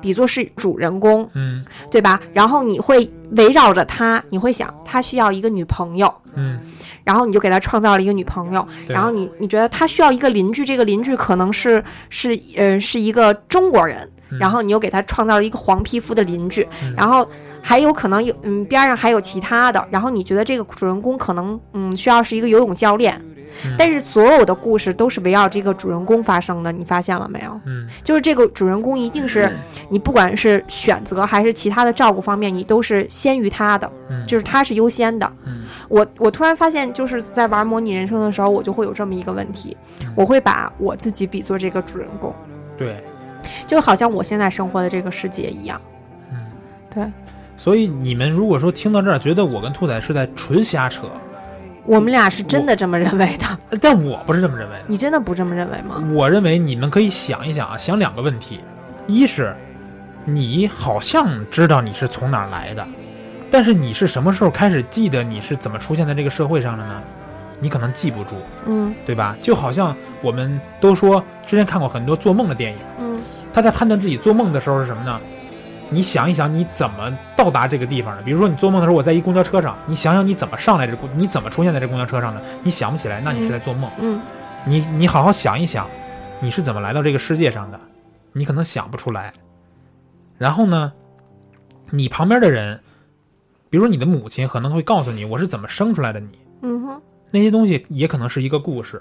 比作是主人公，嗯对吧？然后你会围绕着他，你会想他需要一个女朋友，嗯，然后你就给他创造了一个女朋友，对然后你你觉得他需要一个邻居，这个邻居可能是是呃是一个中国人，嗯然后你又给他创造了一个黄皮肤的邻居，嗯然后还有可能有嗯边上还有其他的，然后你觉得这个主人公可能嗯需要是一个游泳教练，嗯但是所有的故事都是围绕这个主人公发生的，你发现了没有？嗯就是这个主人公一定是你不管是选择还是其他的照顾方面，你都是先于他的，嗯就是他是优先的。嗯我我突然发现，就是在玩模拟人生的时候，我就会有这么一个问题，嗯我会把我自己比作这个主人公，对，就好像我现在生活的这个世界一样。嗯。对所以你们如果说听到这儿，觉得我跟兔仔是在纯瞎扯，我们俩是真的这么认为的，呃但我不是这么认为的。你真的不这么认为吗？我认为你们可以想一想啊，想两个问题：一是你好像知道你是从哪儿来的，但是你是什么时候开始记得你是怎么出现在这个社会上的呢？你可能记不住，嗯对吧？就好像我们都说之前看过很多做梦的电影，嗯他在判断自己做梦的时候是什么呢？你想一想，你怎么到达这个地方的？比如说，你做梦的时候，我在一公交车上，你想想你怎么上来这公，你怎么出现在这公交车上的？你想不起来，那你是在做梦。嗯你你好好想一想，你是怎么来到这个世界上的，你可能想不出来。然后呢，你旁边的人，比如说你的母亲，可能会告诉你我是怎么生出来的你，嗯哼，那些东西也可能是一个故事。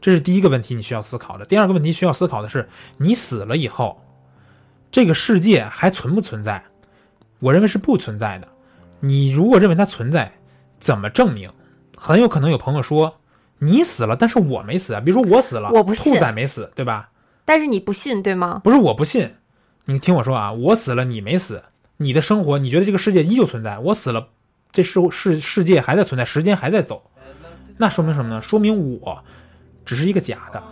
这是第一个问题你需要思考的。第二个问题需要思考的是，你死了以后，这个世界还存不存在？我认为是不存在的。你如果认为它存在，怎么证明？很有可能有朋友说你死了，但是我没死啊。比如说我死了，我不信兔仔没死，对吧？但是你不信对吗？不是我不信，你听我说啊，我死了，你没死，你的生活，你觉得这个世界依旧存在，我死了，这世世世界还在存在，时间还在走，那说明什么呢？说明我只是一个假的，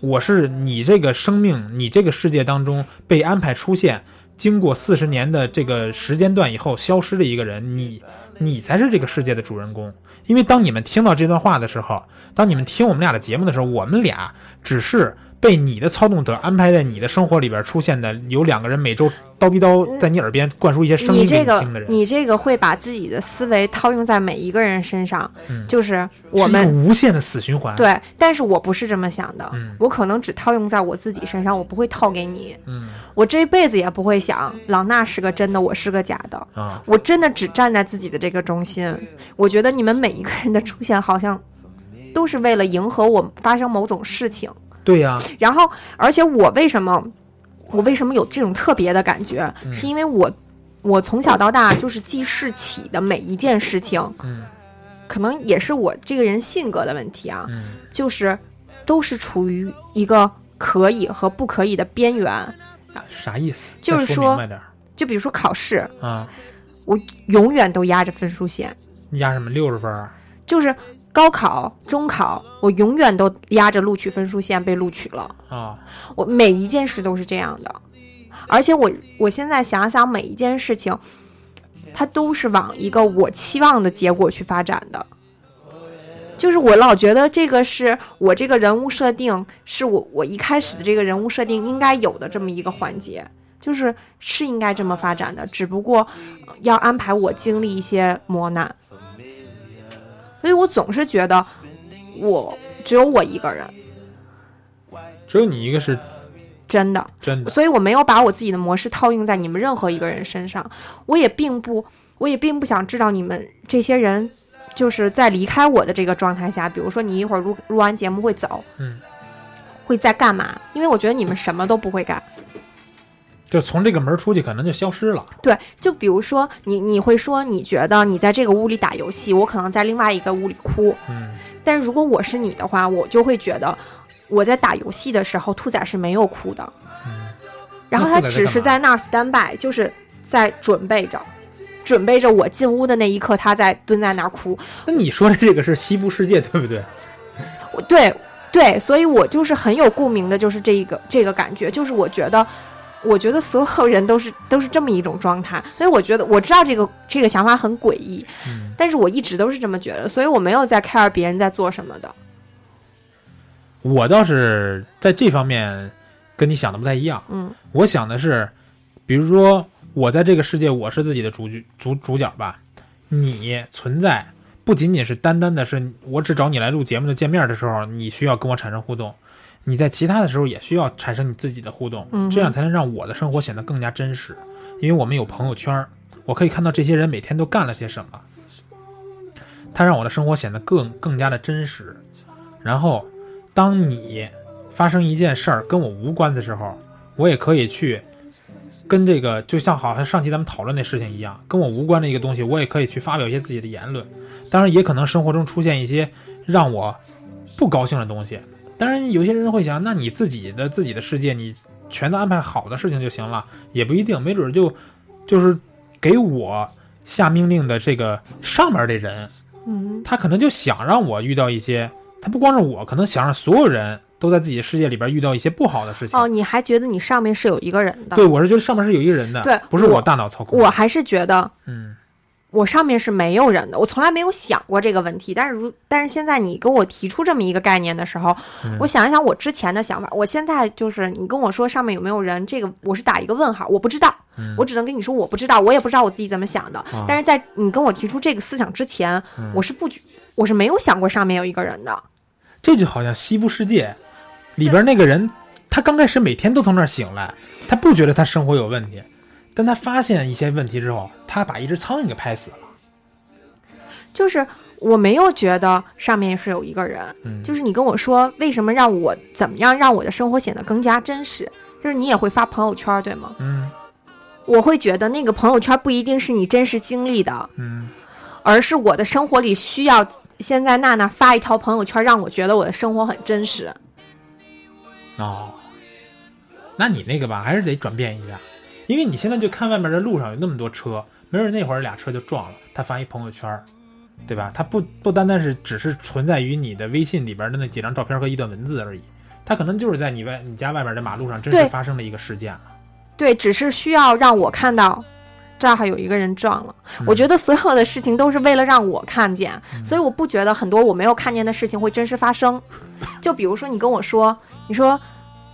我是你这个生命，你这个世界当中被安排出现，经过四十年的这个时间段以后消失的一个人，你你才是这个世界的主人公。因为当你们听到这段话的时候，当你们听我们俩的节目的时候，我们俩只是被你的操纵者安排在你的生活里边出现的，有两个人每周叨逼叨在你耳边灌输一些声你音给这你个听的人，你这个会把自己的思维套用在每一个人身上，嗯就是我们是一个无限的死循环。，对，但是我不是这么想的，嗯我可能只套用在我自己身上，我不会套给你，嗯我这辈子也不会想老衲是个真的，我是个假的，啊，我真的只站在自己的这个中心。我觉得你们每一个人的出现好像。都是为了迎合我发生某种事情，对呀、然后，而且我为什么，我为什么有这种特别的感觉，嗯是因为我，我从小到大就是记事起的每一件事情，嗯可能也是我这个人性格的问题啊，嗯。就是都是处于一个可以和不可以的边缘。啥意思？就是再说说明白点儿就比如说考试，啊，我永远都压着分数线，你压什么六十分儿？就是高考、中考，我永远都压着录取分数线被录取了。啊？我每一件事都是这样的，而且我我现在想想，每一件事情，它都是往一个我期望的结果去发展的。就是我老觉得这个是我这个人物设定，是我我一开始的这个人物设定应该有的这么一个环节，就是是应该这么发展的，只不过呃要安排我经历一些磨难，所以我总是觉得我只有我一个人，只有你一个是真的。真的，所以我没有把我自己的模式套用在你们任何一个人身上，我也并不，我也并不想知道你们这些人，就是在离开我的这个状态下，比如说你一会儿录录完节目会走，嗯，会在干嘛？因为我觉得你们什么都不会干。就从这个门儿出去，可能就消失了。对，就比如说你，你会说你觉得你在这个屋里打游戏，我可能在另外一个屋里哭，嗯，但是如果我是你的话，我就会觉得我在打游戏的时候，兔仔是没有哭的，嗯然后那他兔仔在只是在干那儿 stand by，就是在准备着，准备着我进屋的那一刻，他在蹲在那儿哭。那你说的这个是西部世界，对不对？我对对，所以我就是很有共鸣的，就是这一个这个感觉，就是我觉得。我觉得所有人都是都是这么一种状态，所以我觉得我知道这个这个想法很诡异，嗯，但是我一直都是这么觉得，所以我没有在 care 别人在做什么的。我倒是在这方面跟你想的不太一样。嗯我想的是，比如说我在这个世界，我是自己的主角主主角吧。你存在不仅仅是单单的是我只找你来录节目的见面的时候，你需要跟我产生互动，你在其他的时候也需要产生你自己的互动，嗯哼这样才能让我的生活显得更加真实。因为我们有朋友圈儿，我可以看到这些人每天都干了些什么，它让我的生活显得更更加的真实。然后，当你发生一件事儿跟我无关的时候，我也可以去跟这个，就像好像上期咱们讨论那事情一样，跟我无关的一个东西，我也可以去发表一些自己的言论。当然，也可能生活中出现一些让我不高兴的东西。当然，有些人会想，那你自己的自己的世界，你全都安排好的事情就行了，也不一定，没准儿就就是给我下命令的这个上面的人，嗯他可能就想让我遇到一些，他不光是我，可能想让所有人都在自己的世界里边遇到一些不好的事情。哦，你还觉得你上面是有一个人的？对，我是觉得上面是有一个人的，对不是我大脑操控的。我还是觉得嗯，我上面是没有人的，我从来没有想过这个问题。但是如但是现在你跟我提出这么一个概念的时候，嗯我想一想我之前的想法。我现在就是你跟我说上面有没有人，这个我是打一个问号，我不知道，嗯我只能跟你说我不知道，我也不知道我自己怎么想的。啊但是在你跟我提出这个思想之前，嗯我是不觉我是没有想过上面有一个人的。这就好像《西部世界》里边那个人他刚开始每天都从那儿醒来，他不觉得他生活有问题，但他发现一些问题之后，他把一只苍蝇给拍死了。就是我没有觉得上面是有一个人，嗯，就是你跟我说为什么让我怎么样让我的生活显得更加真实，就是你也会发朋友圈对吗？嗯我会觉得那个朋友圈不一定是你真实经历的，嗯而是我的生活里需要现在娜娜发一条朋友圈让我觉得我的生活很真实。哦，那你那个吧，还是得转变一下，因为你现在就看外面的路上有那么多车，没准那会儿俩车就撞了，他发一朋友圈儿，对吧？他不不单单是只是存在于你的微信里边的那几张照片和一段文字而已，他可能就是在你外你家外面的马路上真对实发生了一个事件了。对，只是需要让我看到，这儿还有一个人撞了。我觉得所有的事情都是为了让我看见，所以我不觉得很多我没有看见的事情会真实发生。就比如说你跟我说，你说，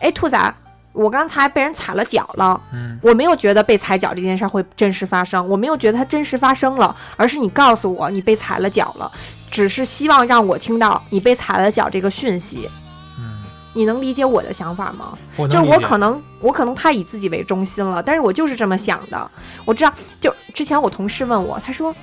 哎，兔仔，我刚才被人踩了脚了。嗯我没有觉得被踩脚这件事儿会真实发生，我没有觉得它真实发生了，而是你告诉我你被踩了脚了，只是希望让我听到你被踩了脚这个讯息。嗯，你能理解我的想法吗？我就能是理我解可能我可能太以自己为中心了，但是我就是这么想的。我知道，就之前我同事问我，他说：“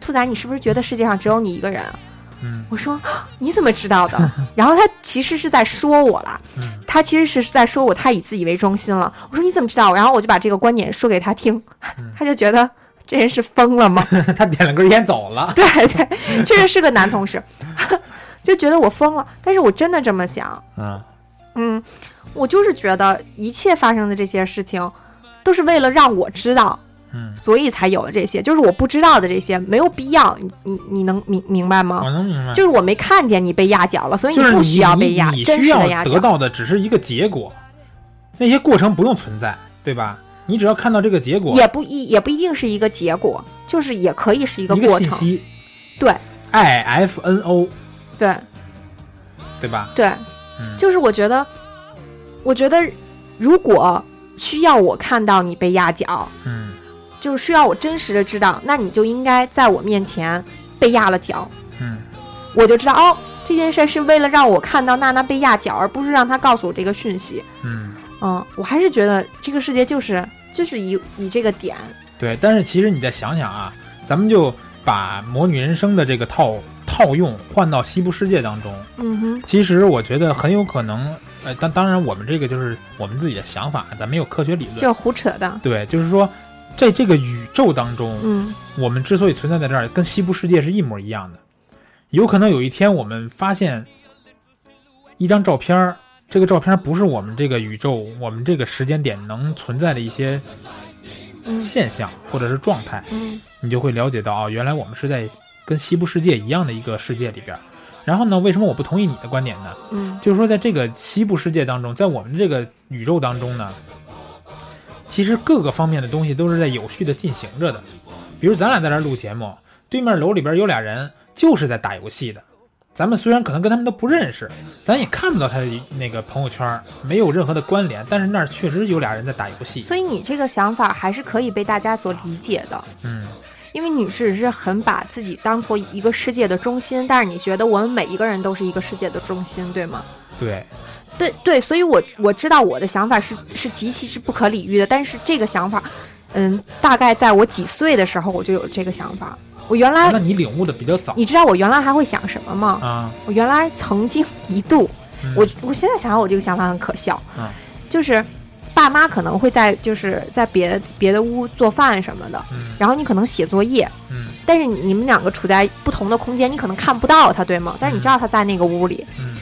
兔仔，你是不是觉得世界上只有你一个人啊？”嗯我说：“啊你怎么知道的？” 然后他其实是在说我啦，嗯 他其实是在说我太以自己为中心了。我说：“你怎么知道？”然后我就把这个观点说给他听，嗯他就觉得这人是疯了 吗？他点了根烟走了。对对，确实是个男 同事，就觉得我疯了。但是我真的这么想，嗯嗯，我就是觉得一切发生的这些事情，都是为了让我知道，嗯，所以才有了这些。就是我不知道的这些没有必要，你你你能明明白吗？我能明白。就是我没看见你被压脚了，所以哦就是不你需要被压，你你真需实的要压得脚。到的只是一个结果，那些过程不用存在，对吧？你只要看到这个结果，也不一也不一定是一个结果，就是也可以是一一个个过信程。息对，I F N O，对对吧？对，嗯就是我觉得，我觉得如果需要我看到你被压脚，嗯就是需要我真实的知道，那你就应该在我面前被压了脚，嗯我就知道哦，这件事是为了让我看到娜娜被压脚，而不是让她告诉我这个讯息。嗯，嗯，我还是觉得这个世界就是就是以以这个点，对。但是其实你再想想啊，咱们就把《魔女人生》的这个套套用换到西部世界当中，嗯哼，其实我觉得很有可能，呃，当当然我们这个就是我们自己的想法，咱没有科学理就论，是胡扯的。对，就是说。在这个宇宙当中，嗯我们之所以存在在这儿，跟西部世界是一模一样的。有可能有一天我们发现一张照片儿，这个照片儿不是我们这个宇宙、我们这个时间点能存在的一些嗯现象或者是状态，嗯你就会了解到啊，原来我们是在跟西部世界一样的一个世界里边儿。然后呢，为什么我不同意你的观点呢？嗯就是说，在这个西部世界当中，在我们这个宇宙当中呢，其实各个方面的东西都是在有序的进行着的。比如咱俩在这儿录节目，对面楼里边有俩人就是在打游戏的，咱们虽然可能跟他们都不认识，咱也看不到他的那个朋友圈，没有任何的关联，但是那儿确实有俩人在打游戏。所以你这个想法还是可以被大家所理解的，嗯因为你只是很把自己当做一个世界的中心，但是你觉得我们每一个人都是一个世界的中心，对吗？对，对对，所以我我知道我的想法是是极其之不可理喻的，但是这个想法，嗯，大概在我几岁的时候我就有这个想法。我原来啊那你领悟的比较早你知道我原来还会想什么吗？啊。我原来曾经一度，嗯我我现在想想我这个想法很可笑，嗯就是爸妈可能会在就是在别的别的屋做饭什么的，嗯然后你可能写作业，嗯但是你们两个处在不同的空间，你可能看不到他，对吗？但是你知道他在那个屋里，嗯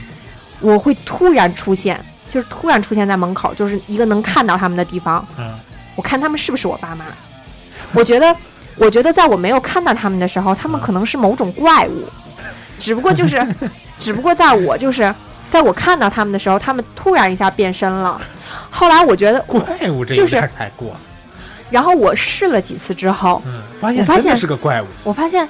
我会突然出现，就是突然出现在门口，就是一个能看到他们的地方。嗯我看他们是不是我爸妈？我觉得，我觉得在我没有看到他们的时候，他们可能是某种怪物，只不过就是，只不过在我就是在我看到他们的时候，他们突然一下变身了。后来我觉得，怪物这就有是点太过。然后我试了几次之后，嗯，发现我发真的现是个怪物。我发现，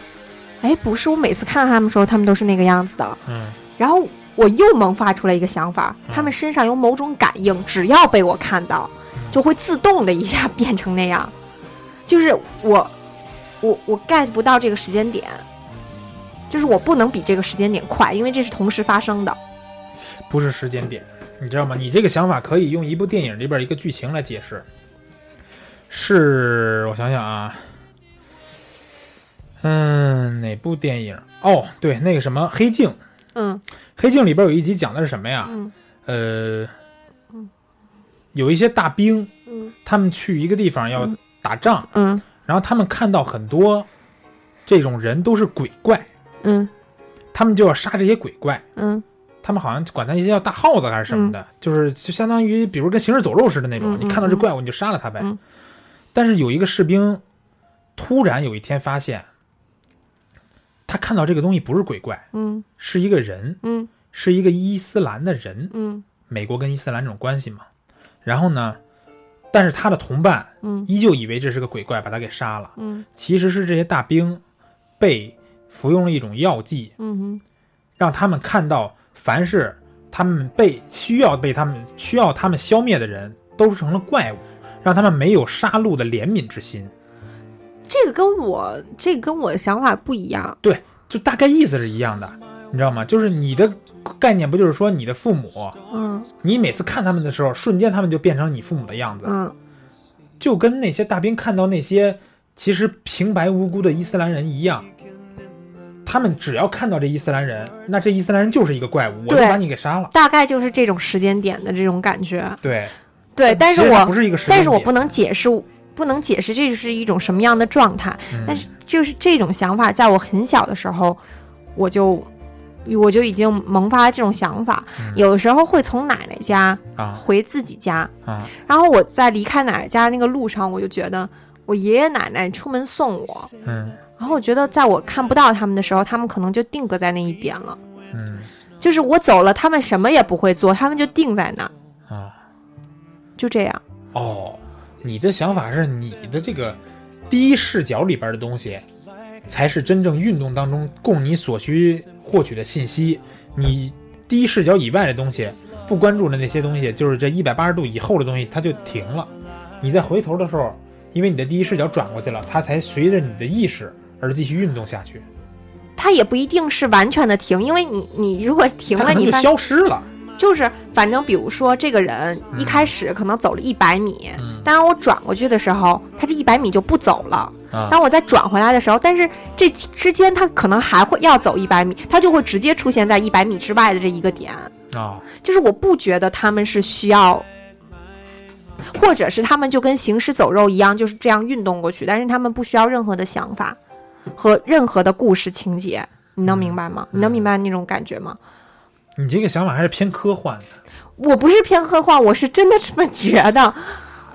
哎，不是我每次看到他们的时候，他们都是那个样子的。嗯然后我又萌发出来一个想法，嗯他们身上有某种感应，只要被我看到，就会自动的一下变成那样。就是我，我我 get 不到这个时间点，就是我不能比这个时间点快，因为这是同时发生的。不是时间点，你知道吗？你这个想法可以用一部电影里边一个剧情来解释。是我想想啊，嗯，哪部电影？哦，对，那个什么《黑镜》，《嗯黑镜》里边有一集讲的是什么呀？嗯呃嗯，有一些大兵，嗯他们去一个地方要嗯打仗，嗯然后他们看到很多这种人都是鬼怪，嗯他们就要杀这些鬼怪。嗯他们好像管他一些叫大耗子还是什么的，就是就相当于比如跟行尸走肉似的那种，嗯嗯你看到这怪物你就杀了他呗。嗯但是有一个士兵突然有一天发现，他看到这个东西不是鬼怪，嗯是一个人，嗯是一个伊斯兰的人，嗯美国跟伊斯兰这种关系嘛。然后呢，但是他的同伴嗯依旧以为这是个鬼怪，把他给杀了。嗯其实是这些大兵被服用了一种药剂，嗯让他们看到，凡是他们被需要被他们需要他们消灭的人，都成了怪物，让他们没有杀戮的怜悯之心。这个跟我这个跟我的想法不一样。对，就大概意思是一样的，你知道吗？就是你的概念不就是说你的父母，嗯你每次看他们的时候，瞬间他们就变成你父母的样子，嗯就跟那些大兵看到那些其实平白无辜的伊斯兰人一样。他们只要看到这伊斯兰人，那这伊斯兰人就是一个怪物，我就对把你给杀了。大概就是这种时间点的这种感觉。对，对，但是呃其实它我不是一个时间但是我点嗯不能解释，不能解释这是一种什么样的状态。嗯但是就是这种想法，在我很小的时候，我就我就已经萌发了这种想法。嗯有的时候会从奶奶家啊回自己家，啊，然后我在离开奶奶家那个路上，我就觉得我爷爷奶奶出门送我，嗯然后我觉得在我看不到他们的时候，他们可能就定格在那一点了。嗯就是我走了，他们什么也不会做，他们就定在那儿，啊，就这样。哦，你的想法是你的这个第一视角里边的东西，才是真正运动当中供你所需获取的信息。你第一视角以外的东西，不关注的那些东西，就是这一百八十度以后的东西，它就停了。你再回头的时候，因为你的第一视角转过去了，它才随着你的意识而继续运动下去，它也不一定是完全的停，因为你你如果停它了，可能你就发消失了。就是反正比如说这个人一开始可能走了一百米，嗯当然我转过去的时候，他这一百米就不走了。啊当我再转回来的时候，但是这之间他可能还会要走一百米，他就会直接出现在一百米之外的这一个点。啊就是我不觉得他们是需要，或者是他们就跟行尸走肉一样，就是这样运动过去，但是他们不需要任何的想法和任何的故事情节，你能明白吗？你能明白那种感觉吗？你这个想法还是偏科幻的我不是偏科幻，我是真的这么觉得，啊，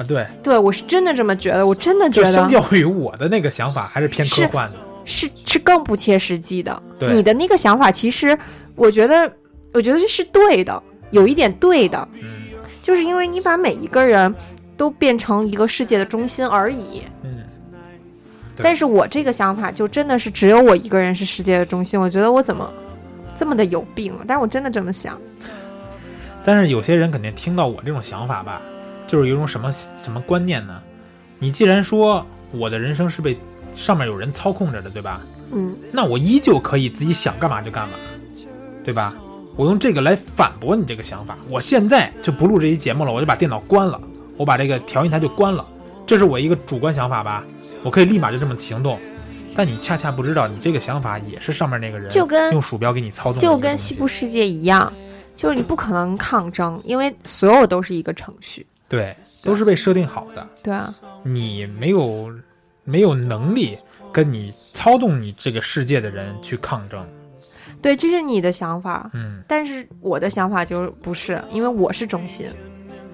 对。对我是真的这么觉得，我真的觉就相得较于我的那个想法，还是偏科幻的。是是更不切实际的。对你的那个想法，其实我觉得，我觉得是对的，有一点对的，嗯就是因为你把每一个人都变成一个世界的中心而已。嗯，对但是我这个想法就真的是只有我一个人是世界的中心，我觉得我怎么这么的有病啊？但是我真的这么想，但是有些人肯定听到我这种想法吧，就是有一种什么什么观念呢？你既然说我的人生是被上面有人操控着的，对吧？嗯，那我依旧可以自己想干嘛就干嘛，对吧？我用这个来反驳你这个想法。我现在就不录这期节目了，我就把电脑关了，我把这个调音台就关了。这是我一个主观想法吧，我可以立马就这么行动。但你恰恰不知道，你这个想法也是上面那个人就跟用鼠标给你操纵的一个就东西，跟西部世界一样，就是你不可能抗争，因为所有都是一个程序，对都是被设定好的，对啊，你没有没有能力跟你操纵你这个世界的人去抗争。对，这是你的想法，嗯但是我的想法就是不是，因为我是中心，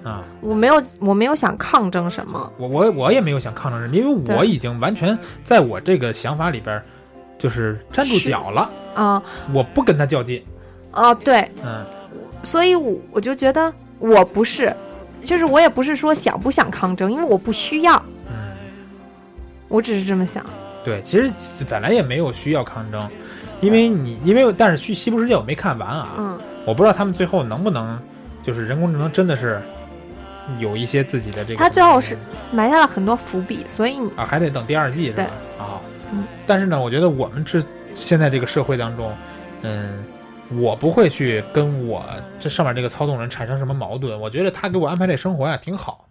啊。我没有我没有想抗争什么，我我我也没有想抗争什么，因为我对已经完全在我这个想法里边儿，就是站住脚了，啊、我不跟他较劲。哦、对，嗯所以我我就觉得我不是，就是我也不是说想不想抗争，因为我不需要，嗯，我只是这么想。对，其实本来也没有需要抗争，因为你因为但是去西部世界我没看完啊，嗯，我不知道他们最后能不能就是人工智能真的是有一些自己的这个。他最后是埋下了很多伏笔，所以你啊，还得等第二季是吧？啊、嗯但是呢，我觉得我们这现在这个社会当中，嗯，我不会去跟我这上面这个操纵人产生什么矛盾。我觉得他给我安排这生活呀、挺好。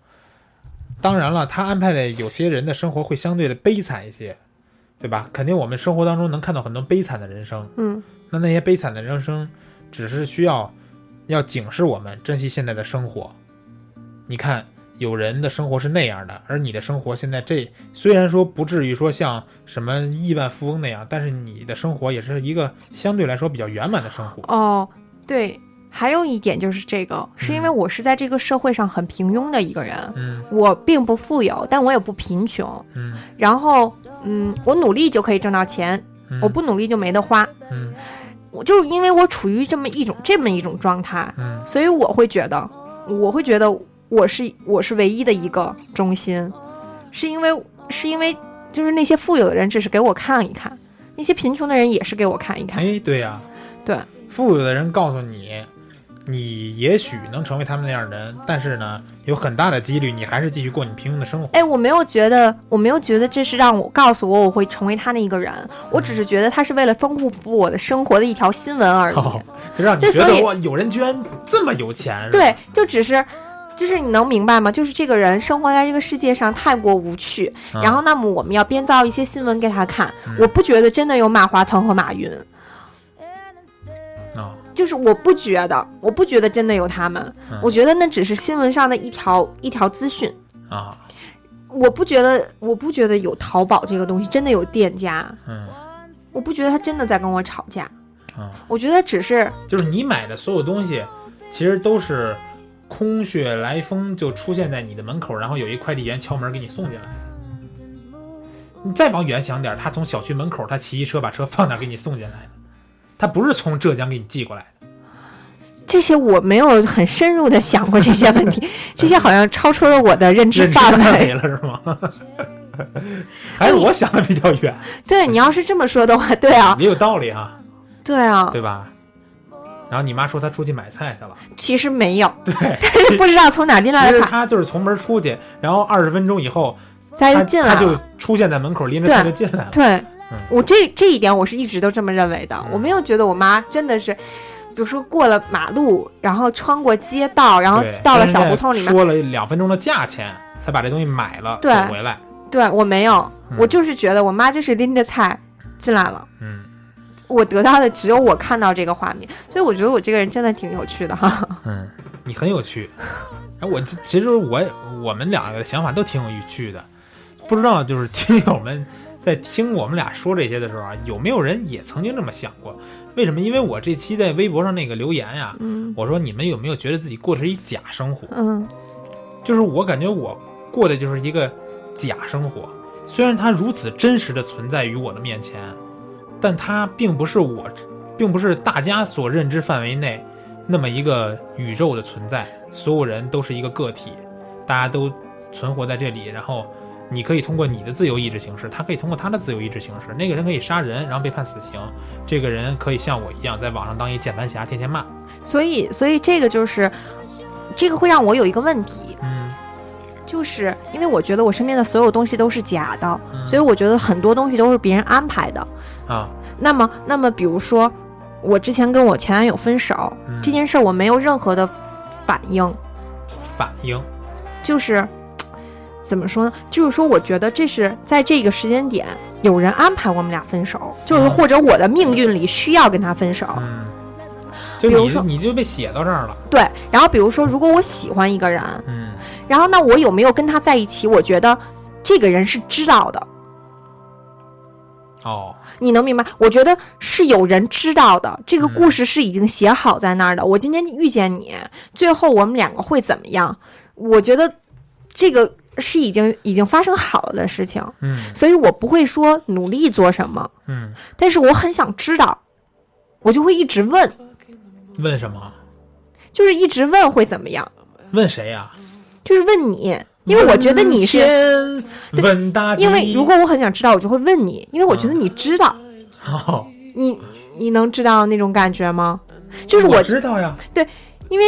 当然了，他安排的有些人的生活会相对的悲惨一些，对吧？肯定我们生活当中能看到很多悲惨的人生。嗯那那些悲惨的人生，只是需要要警示我们珍惜现在的生活。你看，有人的生活是那样的，而你的生活现在这虽然说不至于说像什么亿万富翁那样，但是你的生活也是一个相对来说比较圆满的生活。哦，对，还有一点就是这个，是因为我是在这个社会上很平庸的一个人，嗯我并不富有，但我也不贫穷。嗯，然后，嗯，我努力就可以挣到钱，嗯我不努力就没得花。嗯我就是因为我处于这么一种这么一种状态，嗯所以我会觉得，我会觉得我是我是唯一的一个中心，是因为是因为就是那些富有的人只是给我看一看，那些贫穷的人也是给我看一看。哎，对呀、对，富有的人告诉你，你也许能成为他们那样的人，但是呢，有很大的几率你还是继续过你平庸的生活。哎，我没有觉得，我没有觉得这是让我告诉我我会成为他那一个人，我只是觉得他是为了丰富我的生活的一条新闻而已。哦，就让你这觉所以得哇，有人居然这么有钱，是吧对，就只是，就是你能明白吗？就是这个人生活在这个世界上太过无趣，嗯然后那么我们要编造一些新闻给他看。嗯我不觉得真的有马化腾和马云，哦就是我不觉得，我不觉得真的有他们，嗯我觉得那只是新闻上的一条一条资讯。啊，我不觉得，我不觉得有淘宝这个东西真的有店家，嗯我不觉得他真的在跟我吵架，嗯，我觉得只是就是你买的所有东西，其实都是空穴来风，就出现在你的门口，然后有一快递员敲门给你送进来。你再往远想点儿，他从小区门口，他骑一车把车放那儿给你送进来的，他不是从浙江给你寄过来的。这些我没有很深入的想过这些问题， 这些好像超出了我的认知认知范围。没了是吗？ 还是我想的比较远，对你要是这么说的话， 对哎啊，也有道理哈，对啊，对吧？然后你妈说她出去买菜去了，其实没有，对，不知道从哪拎来其的实菜，她就是从门出去，然后二十分钟以后咱他就进来他就了。出现在门口，拎着对菜就进来了。对嗯，我这这一点我是一直都这么认为的，嗯我没有觉得我妈真的是，比如说过了马路，然后穿过街道，然后对到了跟人小家胡同里面，说了两分钟的价钱，才把这东西买了，对走回来。对我没有，嗯我就是觉得我妈就是拎着菜进来了。嗯我得到的只有我看到这个画面，所以我觉得我这个人真的挺有趣的哈。嗯，你很有趣。哎，我这其实我我们两个的想法都挺有趣的，不知道就是听友们在听我们俩说这些的时候啊，有没有人也曾经这么想过？为什么？因为我这期在微博上那个留言呀、嗯我说你们有没有觉得自己过的是一假生活？嗯就是我感觉我过的就是一个假生活，虽然它如此真实的存在于我的面前，但它并不是我，并不是大家所认知范围内那么一个宇宙的存在。所有人都是一个个体，大家都存活在这里，然后你可以通过你的自由意志行事，他可以通过他的自由意志行事。那个人可以杀人，然后被判死刑；这个人可以像我一样在网上当一键盘侠，天天骂。所以所以这个就是，这个会让我有一个问题，嗯，就是因为我觉得我身边的所有东西都是假的，嗯所以我觉得很多东西都是别人安排的。啊，那么那么比如说，我之前跟我前男友分手、嗯这件事，我没有任何的反应，反应，就是。怎么说呢？就是说，我觉得这是在这个时间点，有人安排我们俩分手，就是嗯或者我的命运里需要跟他分手。嗯，就比如你说你就被写到这儿了，对，然后比如说，如果我喜欢一个人，嗯，然后那我有没有跟他在一起？我觉得这个人是知道的，哦，你能明白？我觉得是有人知道的，这个嗯故事是已经写好在那儿的。我今天遇见你，最后我们两个会怎么样？我觉得这个是已经已经发生好了的事情，嗯所以我不会说努力做什么，嗯，但是我很想知道，我就会一直问，问什么？就是一直问会怎么样，问谁呀、就是问你，因为我觉得你嗯是。问天问大地，因为如果我很想知道，我就会问你，因为我觉嗯得你知道，哦，你你能知道那种感觉吗？就是我我，知道呀，因为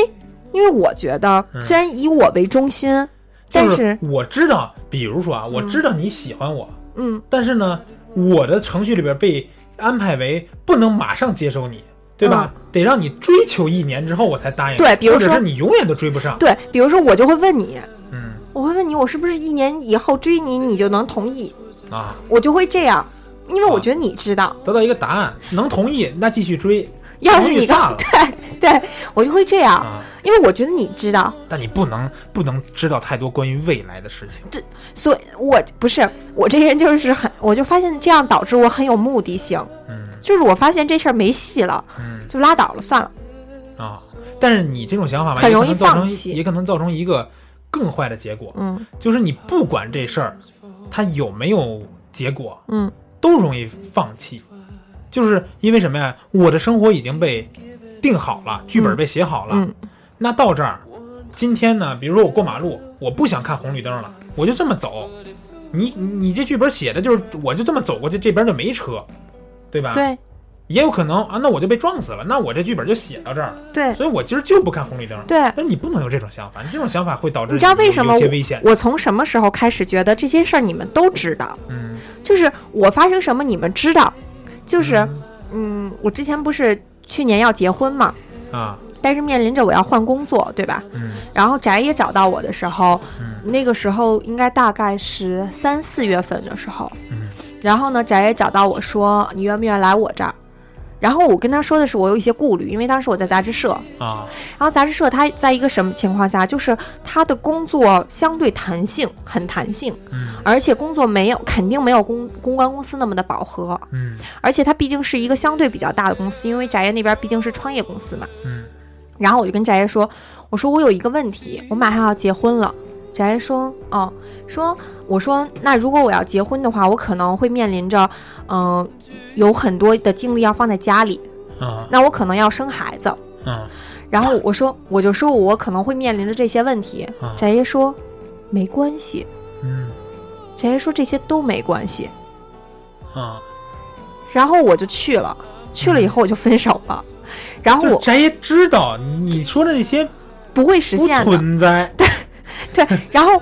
因为我觉得，嗯虽然以我为中心，但就是我知道，比如说啊，我知道你喜欢我，嗯，但是呢，我的程序里边被安排为不能马上接收你。对吧？得让你追求一年之后我才答应，嗯对比如或者说是你永远都追不上，对，比如说我就会问你，嗯我会问你，我是不是一年以后追你，你就能同意？啊，我就会这样，因为啊我觉得你知道，得到一个答案，能同意那继续追，要是同意你算刚了对对，我就会这样，啊，因为我觉得你知道，但你不能不能知道太多关于未来的事情，所以我不是我这人就是很，我就发现这样导致我很有目的性，嗯就是我发现这事儿没戏了，嗯就拉倒了，算了。啊，但是你这种想法吧，很也可容易能造放成弃也可能造成一个更坏的结果，嗯就是你不管这事儿它有没有结果，嗯都容易放弃，就是因为什么呀？我的生活已经被定好了，剧本被写好了。嗯那到这儿，今天呢，比如说我过马路，我不想看红绿灯了，我就这么走。你你这剧本写的就是，我就这么走过去，这边就没车，对吧？。对也有可能啊，那我就被撞死了，那我这剧本就写到这儿，对所以我今儿就不看红绿灯。对，但你不能有这种想法，你这种想法会导致你知道为什么有些危险？我从什么时候开始觉得这些事儿你们都知道？嗯，就是我发生什么你们知道，就是嗯嗯，我之前不是去年要结婚嘛，啊，但是面临着我要换工作，对吧？嗯然后翟也找到我的时候，嗯那个时候应该大概是三四月份的时候，嗯然后呢，翟也找到我说你愿不愿意来我这儿？然后我跟他说的是我有一些顾虑，因为当时我在杂志社，啊，然后杂志社它在一个什么情况下，就是它的工作相对弹性，很弹性，嗯而且工作没有肯定没有公公关公司那么的饱和，嗯而且它毕竟是一个相对比较大的公司，因为翟爷那边毕竟是创业公司嘛。嗯然后我就跟翟爷说，我说我有一个问题，我马上要结婚了。翟爷说，哦，说我说那如果我要结婚的话，我可能会面临着，嗯、有很多的精力要放在家里，啊那我可能要生孩子。啊然后我说，我就说我可能会面临着这些问题。啊，翟爷说，没关系。嗯翟爷说这些都没关系。啊，然后我就 去了，去了以后我就分手了。然后就是我翟爷知道你说的那些不会实不现的，存在对。然后，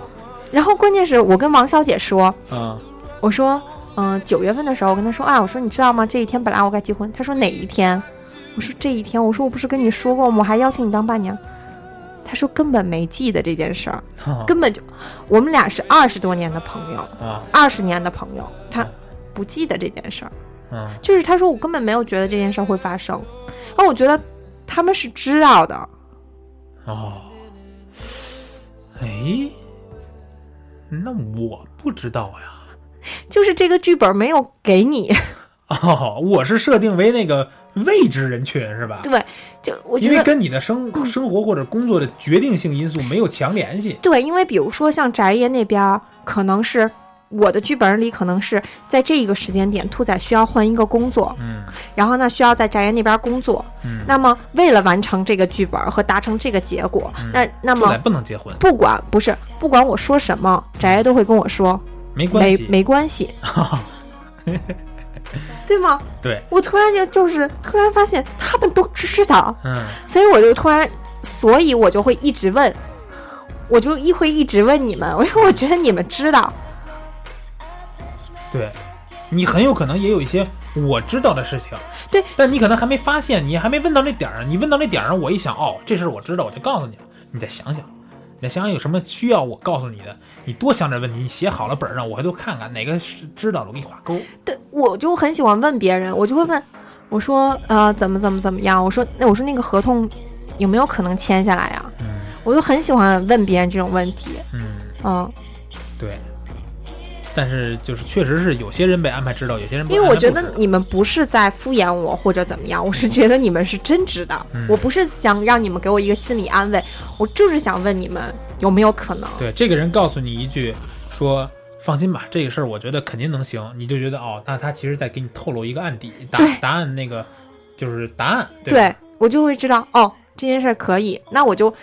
然后关键是我跟王小姐说，啊我说，嗯、九月份的时候，我跟她说，啊，我说你知道吗？这一天本来我该结婚。她说哪一天？我说这一天。我说我不是跟你说过吗？我还邀请你当伴娘。她说根本没记得这件事儿，啊根本就，我们俩是二十多年的朋友，啊二十年的朋友，她不记得这件事儿。啊就是她说我根本没有觉得这件事儿会发生，然后我觉得他们是知道的，哦，哎，那我不知道呀。就是这个剧本没有给你。 哦，我是设定为那个未知人群是吧？对，就我因觉为得嗯跟你的生生活或者工作的决定性因素没有强联系。对，因为比如说像翟爷那边儿，可能是我的剧本里可能是在这一个时间点，兔仔需要换一个工作，嗯然后呢需要在翟爷那边工作。嗯，那么为了完成这个剧本和达成这个结果，嗯那那兔仔么不能结婚，不管不是不管我说什么，翟爷都会跟我说没关没系。没 关系，对吗？对，我突然就就是突然发现他们都知道。嗯所以我就突然，所以我就会一直问，我就一会一直问你们，因为我觉得你们知道，对，你很有可能也有一些我知道的事情。对，但你可能还没发现，你还没问到那点儿上。你问到那点儿上，我一想，哦，这事儿我知道，我就告诉你了。你再想想，你再想想有什么需要我告诉你的，你多想点问题。你写好了本儿上，我回头看看哪个是知道了，我给你画勾。对我就很喜欢问别人，我就会问，我说呃怎么怎么怎么样，我说那我说那个合同有没有可能签下来啊？嗯我就很喜欢问别人这种问题，嗯，嗯，对。但是就是确实是有些人被安排知道，有些人被因为安我排觉不得知道你们不是在敷衍我或者怎么样，我是觉得你们是真知道，嗯我不是想让你们给我一个心理安慰，我就是想问你们有没有可能，对这个人告诉你一句说。放心吧，这个事儿我觉得肯定能行，你就觉得哦，那他其实在给你透露一个案底，答对答案那个就是答案，对吧对我就会知道哦，这件事儿可以，那我就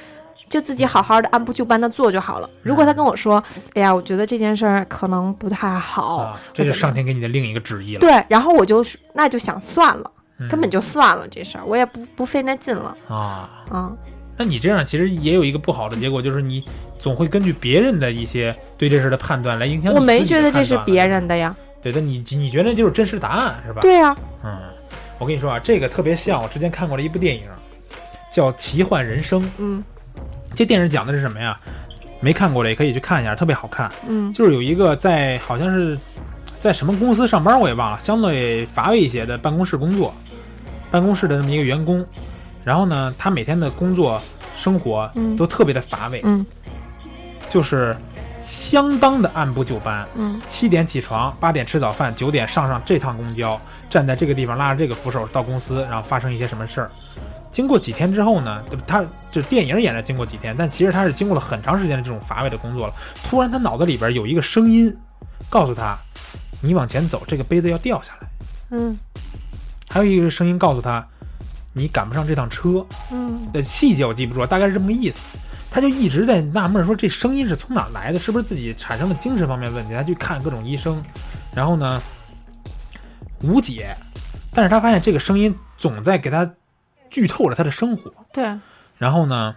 就自己好好的按部就班的做就好嗯了。如果他跟我说，哎呀，我觉得这件事儿可能不太好，啊，这就我哦怎么上天给你的另一个旨意了，对，然后我就是那就想算了，嗯根本就算了这事儿，我也不不费那劲了啊，啊、那你这样其实也有一个不好的结果，就是你总会根据别人的一些对这事的判断来影响你自己我的判断了。没觉得这是别人的呀，对，但你你觉得就是真实答案是吧？，对呀、嗯，我跟你说啊，这个特别像我之前看过的一部电影，叫《奇幻人生》。嗯这电影讲的是什么呀？没看过的也可以去看一下，特别好看。嗯就是有一个在好像是在什么公司上班，我也忘了，相对乏味一些的办公室工作，办公室的这么一个员工。然后呢，他每天的工作生活嗯都特别的乏味，嗯就是相当的按部就班。嗯七点起床，八点吃早饭，九点上上这趟公交，站在这个地方拉着这个扶手到公司，然后发生一些什么事儿。经过几天之后呢，对吧？他就是电影演了经过几天，但其实他是经过了很长时间的这种乏味的工作了。突然他脑子里边有一个声音，告诉他：“你往前走，这个杯子要掉下来。嗯”还有一个声音告诉他：“你赶不上这趟车。”嗯呃，细节我记不住，大概是这么个意思。他就一直在纳闷儿说这声音是从哪儿来的，是不是自己产生了精神方面问题？他去看各种医生，然后呢无解，但是他发现这个声音总在给他剧透了他的生活。对，然后呢，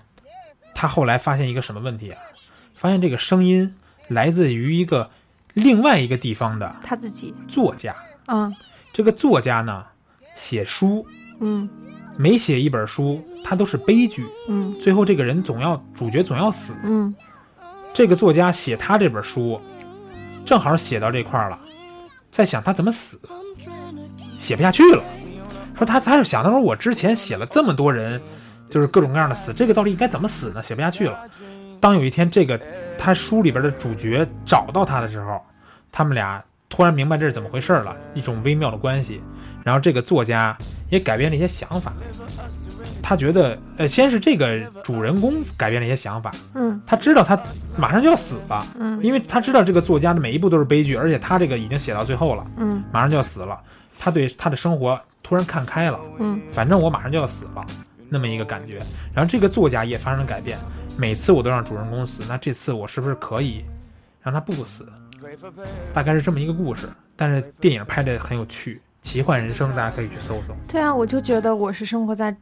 他后来发现一个什么问题啊？发现这个声音来自于一个另外一个地方的他自己，作家。嗯这个作家呢，写书嗯每写一本书，他都是悲剧。嗯最后这个人总要主角总要死。嗯这个作家写他这本书，正好写到这块儿了，在想他怎么死，写不下去了。说他他就想，他说我之前写了这么多人，就是各种各样的死，这个到底应该怎么死呢？写不下去了。当有一天这个他书里边的主角找到他的时候，他们俩突然明白这是怎么回事了，一种微妙的关系。然后这个作家也改变了一些想法，他觉得呃，先是这个主人公改变了一些想法，嗯他知道他马上就要死了，嗯因为他知道这个作家的每一步都是悲剧，而且他这个已经写到最后了，嗯马上就要死了。他对他的生活突然看开了，嗯反正我马上就要死了，那么一个感觉。然后这个作家也发生了改变，每次我都让主人公死，那这次我是不是可以让他不死？大概是这么一个故事，但是电影拍的很有趣，奇幻人生大家可以去搜搜，对啊，我就觉得我是生活在，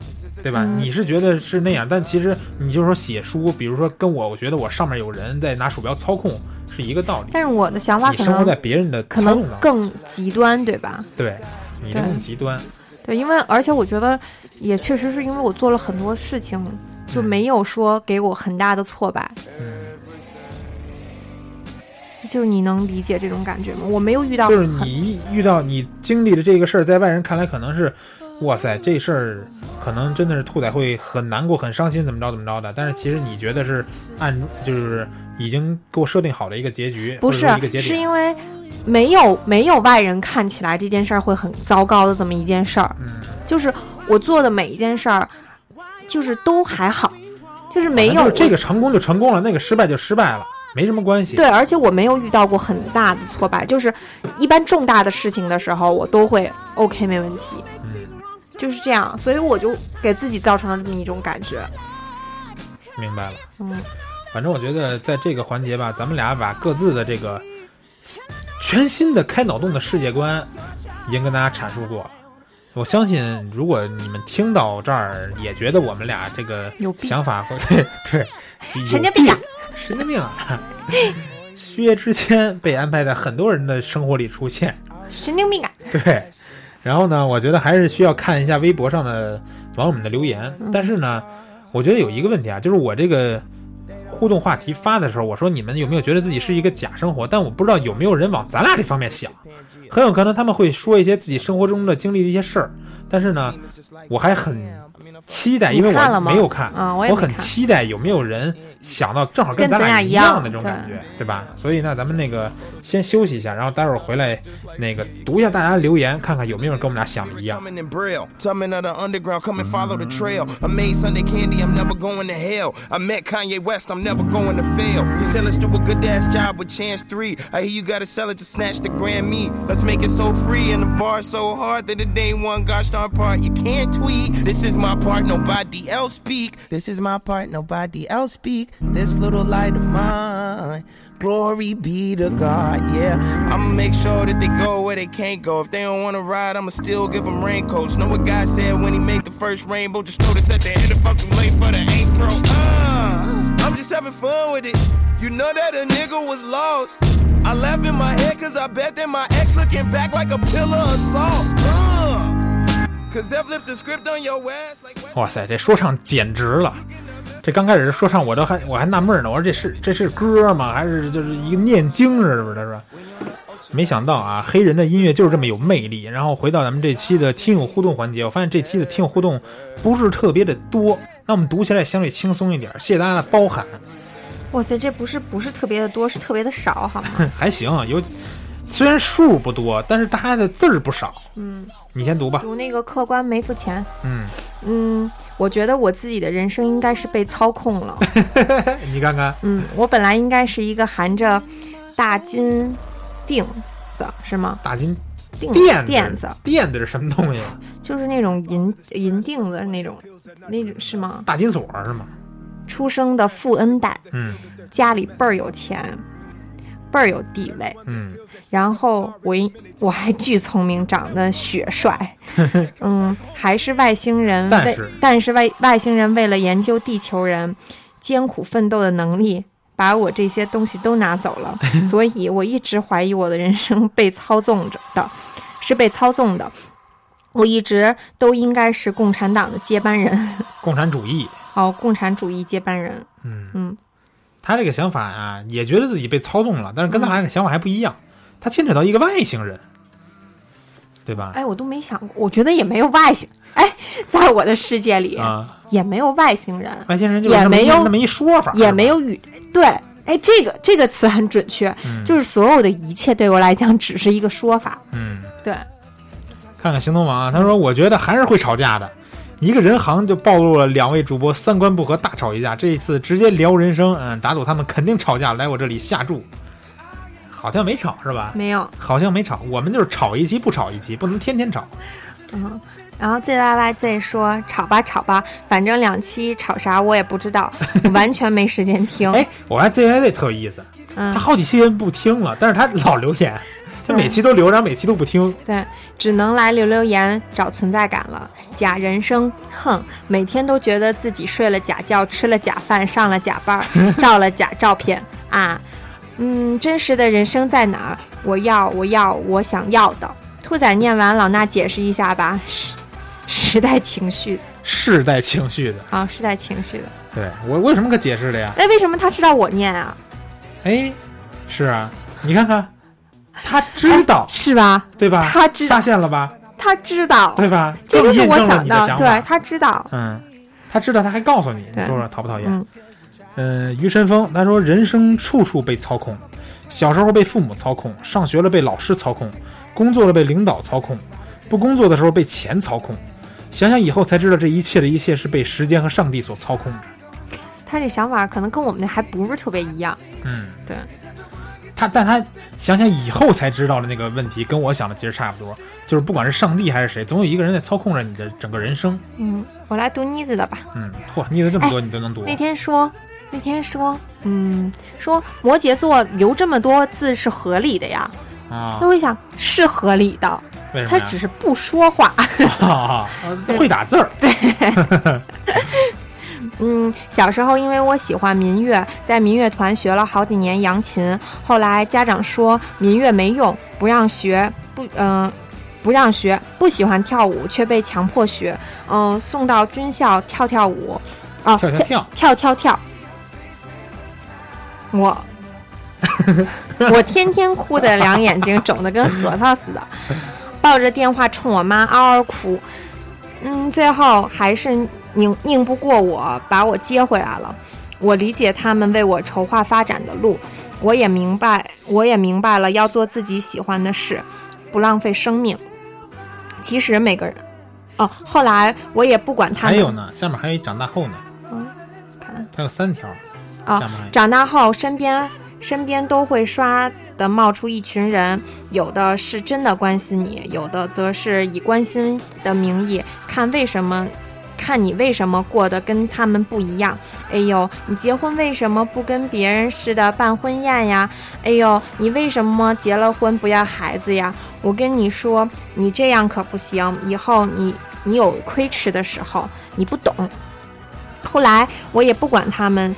对吧？嗯你是觉得是那样，但其实你就说写书，比如说跟我，我觉得我上面有人在拿鼠标操控是一个道理。但是我的想法你可生活在能别人的可操控能当中，更极端，对吧？对，你这对更极端，对，因为而且我觉得也确实是因为我做了很多事情，就没有说给我很大的挫败。嗯，就是你能理解这种感觉吗？我没有遇到就是很你遇到你经历的这个事儿，在外人看来可能是，哇塞，这事儿可能真的是兔仔会很难过、很伤心，怎么着怎么着的。但是其实你觉得是按就是已经给我设定好的一个结局，不或者是说一个，结是局。因为没有没有外人看起来这件事儿会很糟糕的这么一件事儿，嗯，就是我做的每一件事儿，就是都还好，就是没反有正啊就是这个成功就成功了，那个失败就失败了，没什么关系。对，而且我没有遇到过很大的挫败，就是一般重大的事情的时候，我都会 OK 没问题，嗯，就是这样，所以我就给自己造成了这么一种感觉，明白了。嗯反正我觉得在这个环节吧，咱们俩把各自的这个全新的开脑洞的世界观已经跟大家阐述过了。我相信，如果你们听到这儿，也觉得我们俩这个有病想法会 对有神经病啊神经病啊！薛之谦被安排在很多人的生活里出现，神经病啊， 对，然后呢，我觉得还是需要看一下微博上的网友们的留言。嗯但是呢，我觉得有一个问题啊，就是我这个互动话题发的时候，我说你们有没有觉得自己是一个假生活？但我不知道有没有人往咱俩这方面想，很有可能他们会说一些自己生活中的经历的一些事儿。但是呢，我还很期待，因为你看我了吗没有看，嗯我我也没很看期待有没有人想到正好跟咱咱俩俩一一样样的这种对感觉，对吧？所以呢，咱们那个先休息一下，然后待会儿回来那个读一下大家的留言，看看有没有人跟我们俩想的一样。 Coming in braille. Tell me now the underground, come and follow the trail. I made Sunday candy, I'm never going to hell. I met Kanye West, I'm never going to fail. You said let's do a good ass job with Chance 3. I hear you gotta sell it to snatch the Grammy. Let's make it so free and the bar so hard that it ain't one gosh darn part. You can't tweet. This is my part, nobody else speak. This is my part, nobody else speak. This little light of mine. Glory be to God, yeah. I'ma make sure that they go where they can't go. If they don't wanna ride, I'ma still give them raincoats. Know what God said when he made the first rainbow? Just notice at the end if I'm too late for the intro. Uh, I'm just having fun with it. You know that a nigga was lost. I laugh in my head cause I bet that my ex looking back like a pillar of salt. Uh, Cause they've left the script on your ass like West- 哇塞，这说唱简直了！这刚开始说唱，我都还我还纳闷呢，我说这是这是歌吗？还是就是一个念经似的？不是说，没想到啊，黑人的音乐就是这么有魅力。然后回到咱们这期的听友互动环节，我发现这期的听友互动不是特别的多，那我们读起来相对轻松一点，谢谢大家的包涵。哇塞，这不是不是特别的多，是特别的少，好吗？ 还行，有虽然数不多，但是大家的字儿不少。嗯，你先读吧。读那个客官没付钱，嗯，嗯，我觉得我自己的人生应该是被操控 了。你看看，嗯，我本来应该是一个含着大金锭子，是吗？打金锭垫垫子子，垫子是什么东西？就是那种银银锭子那种，那种是吗？大金锁是吗？出生的富恩蛋，嗯家里倍儿有钱，倍儿有地位。嗯，然后我一我还巨聪明，长得血 帅，嗯，还是外星人但为是但是外外星人为了研究地球人艰苦奋斗的能力，把我这些东西都拿走 了，所以我一直怀疑我的人生被操纵着的，是被操纵的。我一直都应该是共产党的接 班人，共产主义。哦，共产主义接班人，嗯嗯，他这个想法啊，也觉得自己被操纵了，但是跟咱俩这想法还不一样。他牵扯到一个外星人，对吧？哎，我都没想过，我觉得也没有外星，哎，在我的世界里啊，哎也没有外星人，外星人就是那么哎也没一有那么一说法，也没有有宇，对，哎，这个这个词很准确， 就是所有的一切对我来讲只是一个说法，嗯。 对，看看行动网啊，他说我觉得还是会吵架的。一个人行就暴露了两位主播三观不合，大吵一架。这一次直接聊人生，嗯，打赌他们肯定吵架，来我这里下注。好像没吵是吧？没有，好像没吵，我们就是吵一期不吵一期，不能天天吵。嗯。然后 ZYYZ 说：“吵吧吵吧，反正两期吵啥我也不 知道，完全没时间听。哎，我还 Z Y Z 特有意思，嗯他，好几期人不听了，但是他老留言，他每期都留，然后每期都不听。对，只能来留留言找存在感了。假人生，哼，每天都觉得自己睡了假觉，吃了假饭，上了假班 儿，照了假照片啊。嗯，真实的人生在哪儿？我要，我要，我想要的。兔仔念完，老衲解释一下吧。时时代情绪世代情绪的，啊，时代情绪的。对我我有什么可解释的呀？哎，为什么他知道我念啊？哎，是啊，你看看， 他知道，是吧？对吧？他知道发现了吧？他知道，对吧？这就更是印我证了想你的到，想对法。他知道。嗯，他知道，他还告诉你，你对说说讨不讨厌？嗯，嗯，于晨峰他说，人生处处被操控，小时候被父母操控，上学了被老师操控，工作了被领导操控，不工作的时候被钱操控。想想以后才知道，这一切的一切是被时间和上帝所操控着。他这想法可能跟我们的还不是特别一样。嗯，对。他，但他想想以后才知道的那个问题，跟我想的其实差不多，就是不管是上帝还是谁，总有一个人在操控着你的整个人生。嗯，我来读妮子的吧。嗯，嚯，你有这么多，你都能读。哎啊那天说，那天说，嗯，说摩羯座留这么多字是合理的呀。啊那，我一想是合理的，为什么他呀？只是不说话。 啊，会打字儿，嗯，小时候因为我喜欢民乐，在民乐团学了好几年扬琴，后来家长说民乐没用，不让学，不，嗯、不让学，不喜欢跳舞，却被强迫学，嗯、送到军校跳跳舞，啊，跳跳跳，跳跳跳，我我天天哭的两眼睛肿得跟核桃似的，抱着电话冲我妈嗷嗷哭，嗯，最后还是拧拧不过我，把我接回来了。我理解他们为我筹划发展的路，我也明白，我也明白了要做自己喜欢的事，不浪费生命。其实每个人，哦，后来我也不管他还们。有呢，下面还有一长大后呢，嗯看它有三条，啊下面还有长大后，身边身边都会刷的冒出一群人，有的是真的关心你，有的则是以关心的名义看为什么。看你为什么过得跟他们不一样？哎呦，你结婚为什么不跟别人似的办婚宴呀？哎呦，你为什么结了婚不要孩子呀？我跟你说，你这样可不行，以后你你有亏吃的时候，你不懂。后来我也不管他们，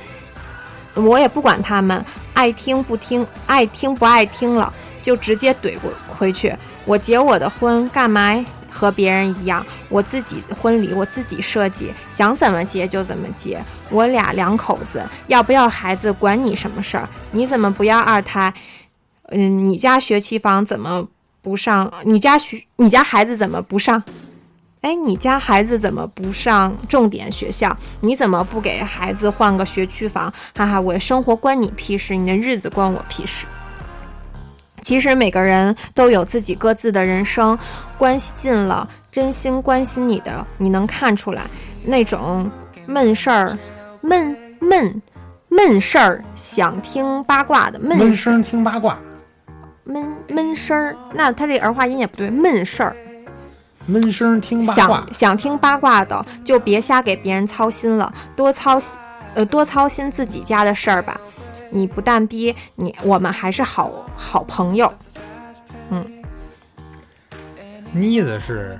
我也不管他们爱听不听，爱听不爱听了，就直接怼过回去。我结我的婚干嘛和别人一样，我自己婚礼我自己设计，想怎么结就怎么结。我俩两口子要不要孩子，管你什么事儿？你怎么不要二胎？嗯，你家学区房怎么不上？你家学你家孩子怎么不上？哎，你家孩子怎么不上重点学校？你怎么不给孩子换个学区房？哈哈，我的生活关你屁事，你的日子关我屁事。其实每个人都有自己各自的人生，关系近了，真心关心你的，你能看出来那种闷事儿、闷闷闷事儿，想听八卦的闷闷声听八卦，闷闷声儿。那他这儿化音也不对，闷事儿。闷声听八卦想，想听八卦的，就别瞎给别人操心了，多操心，呃，多操心自己家的事儿吧。你不但逼你，我们还是好好朋友。妮子是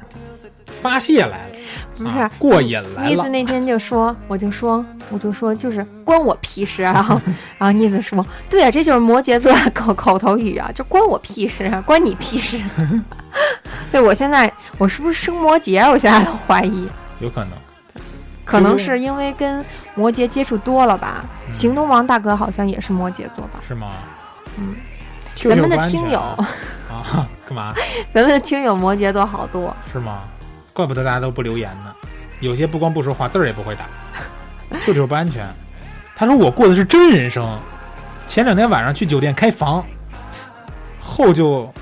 发泄来了，不啊是过瘾来妮了子。那天就说，我就说，我就说，就是关我屁 事啊。然后，然后妮子说，对啊，这就是摩羯座的口口头语啊，就关我屁事啊，关你屁事。 对我现在，我是不是生摩羯？啊我现在都怀疑。有可能可能是因为跟摩羯接触多了吧。嗯行动王大哥好像也是摩羯座吧？ 是吗？嗯听咱听们不的安全听友，啊，啊干嘛？咱们的听友摩羯座好多。是吗？怪不得大家都不留言呢，有些不光不说话，字儿也不会打， 舅舅不安全。他说我过的是真人生，前两天晚上去酒店开房，后就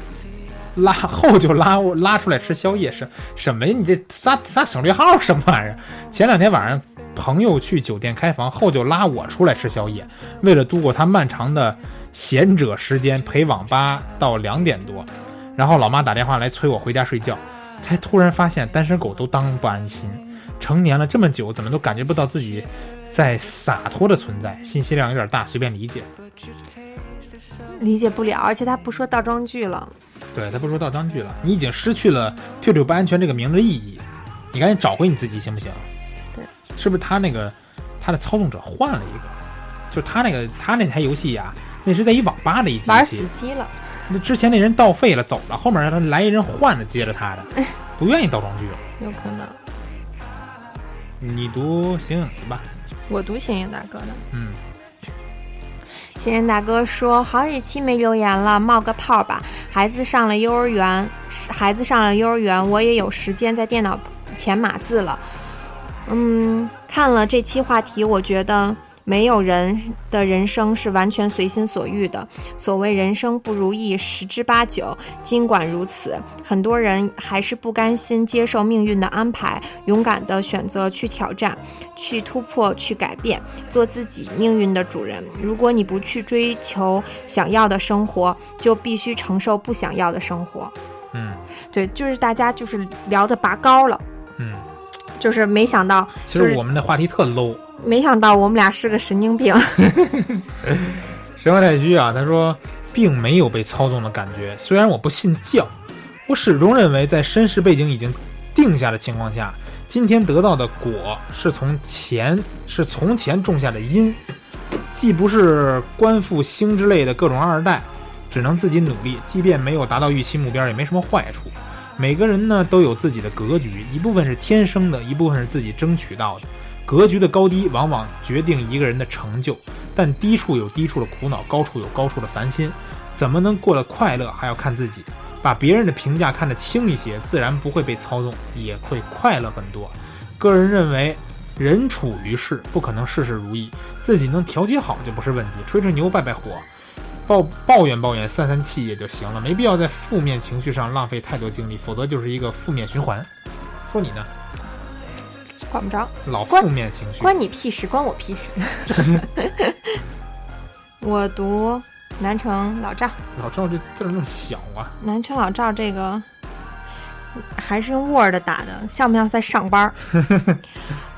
拉 后就拉我拉出来吃宵夜，什什么呀？你这仨仨省略号什么玩意儿？前两天晚上朋友去酒店开房，后就拉我出来吃宵夜，为了度过他漫长的闲者时间，陪网吧到两点多，然后老妈打电话来催我回家睡觉。才突然发现单身狗都当不安心，成年了这么久，怎么都感觉不到自己在洒脱的存在，信息量有点大，随便理解。理解不了，而且他不说倒装句了。对他不说倒装句了，你已经失去了“舅舅不安全”这个名字的意义，你赶紧找回你自己行不行？对，是不是他那个他的操纵者换了一个？就是他那个他那台游戏呀、那是在一网吧的一机玩器死机了，那之前那人报废了走了，后面他来一人换了接着他的，哎不愿意倒装句。有可能。你读《形影子》吧，我读星星大哥的，嗯，星星大哥说好几期没留言了，冒个泡吧。孩子上了幼儿园，孩子上了幼儿园，我也有时间在电脑前码字了。嗯，看了这期话题，我觉得没有人的人生是完全随心所欲的。所谓人生不如意十之八九，尽管如此，很多人还是不甘心接受命运的安排，勇敢地选择去挑战、去突破、去改变，做自己命运的主人。如果你不去追求想要的生活，就必须承受不想要的生活。嗯对，就是大家就是聊的拔高了，嗯。就是没想到，其就实是我们的话题特 low。没想到我们俩是个神经病。 神话太虚啊，他说并没有被操纵的感觉。虽然我不信教，我始终认为在身世背景已经定下的情况下，今天得到的果是从前是从前种下的因，既不是官复星之类的各种二代，只能自己努力，即便没有达到预期目标，也没什么坏处。每个人呢都有自己的格局，一部分是天生的，一部分是自己争取到的。格局的高低往往决定一个人的成就，但低处有低处的苦恼，高处有高处的烦心。怎么能过得快乐，还要看自己。把别人的评价看得轻一些，自然不会被操纵，也会快乐很多。个人认为，人处于世，不可能事事如意，自己能调节好就不是问题。吹吹牛，拜拜火，抱抱怨抱怨，散散气也就行了，没必要在负面情绪上浪费太多精力，否则就是一个负面循环。说你呢？管不着，老负面情绪，关你屁事，关我屁 事。我读南城老赵，老赵这字儿那么小 啊，南城老赵这个还是用 Word 打的，像不像在上 班儿？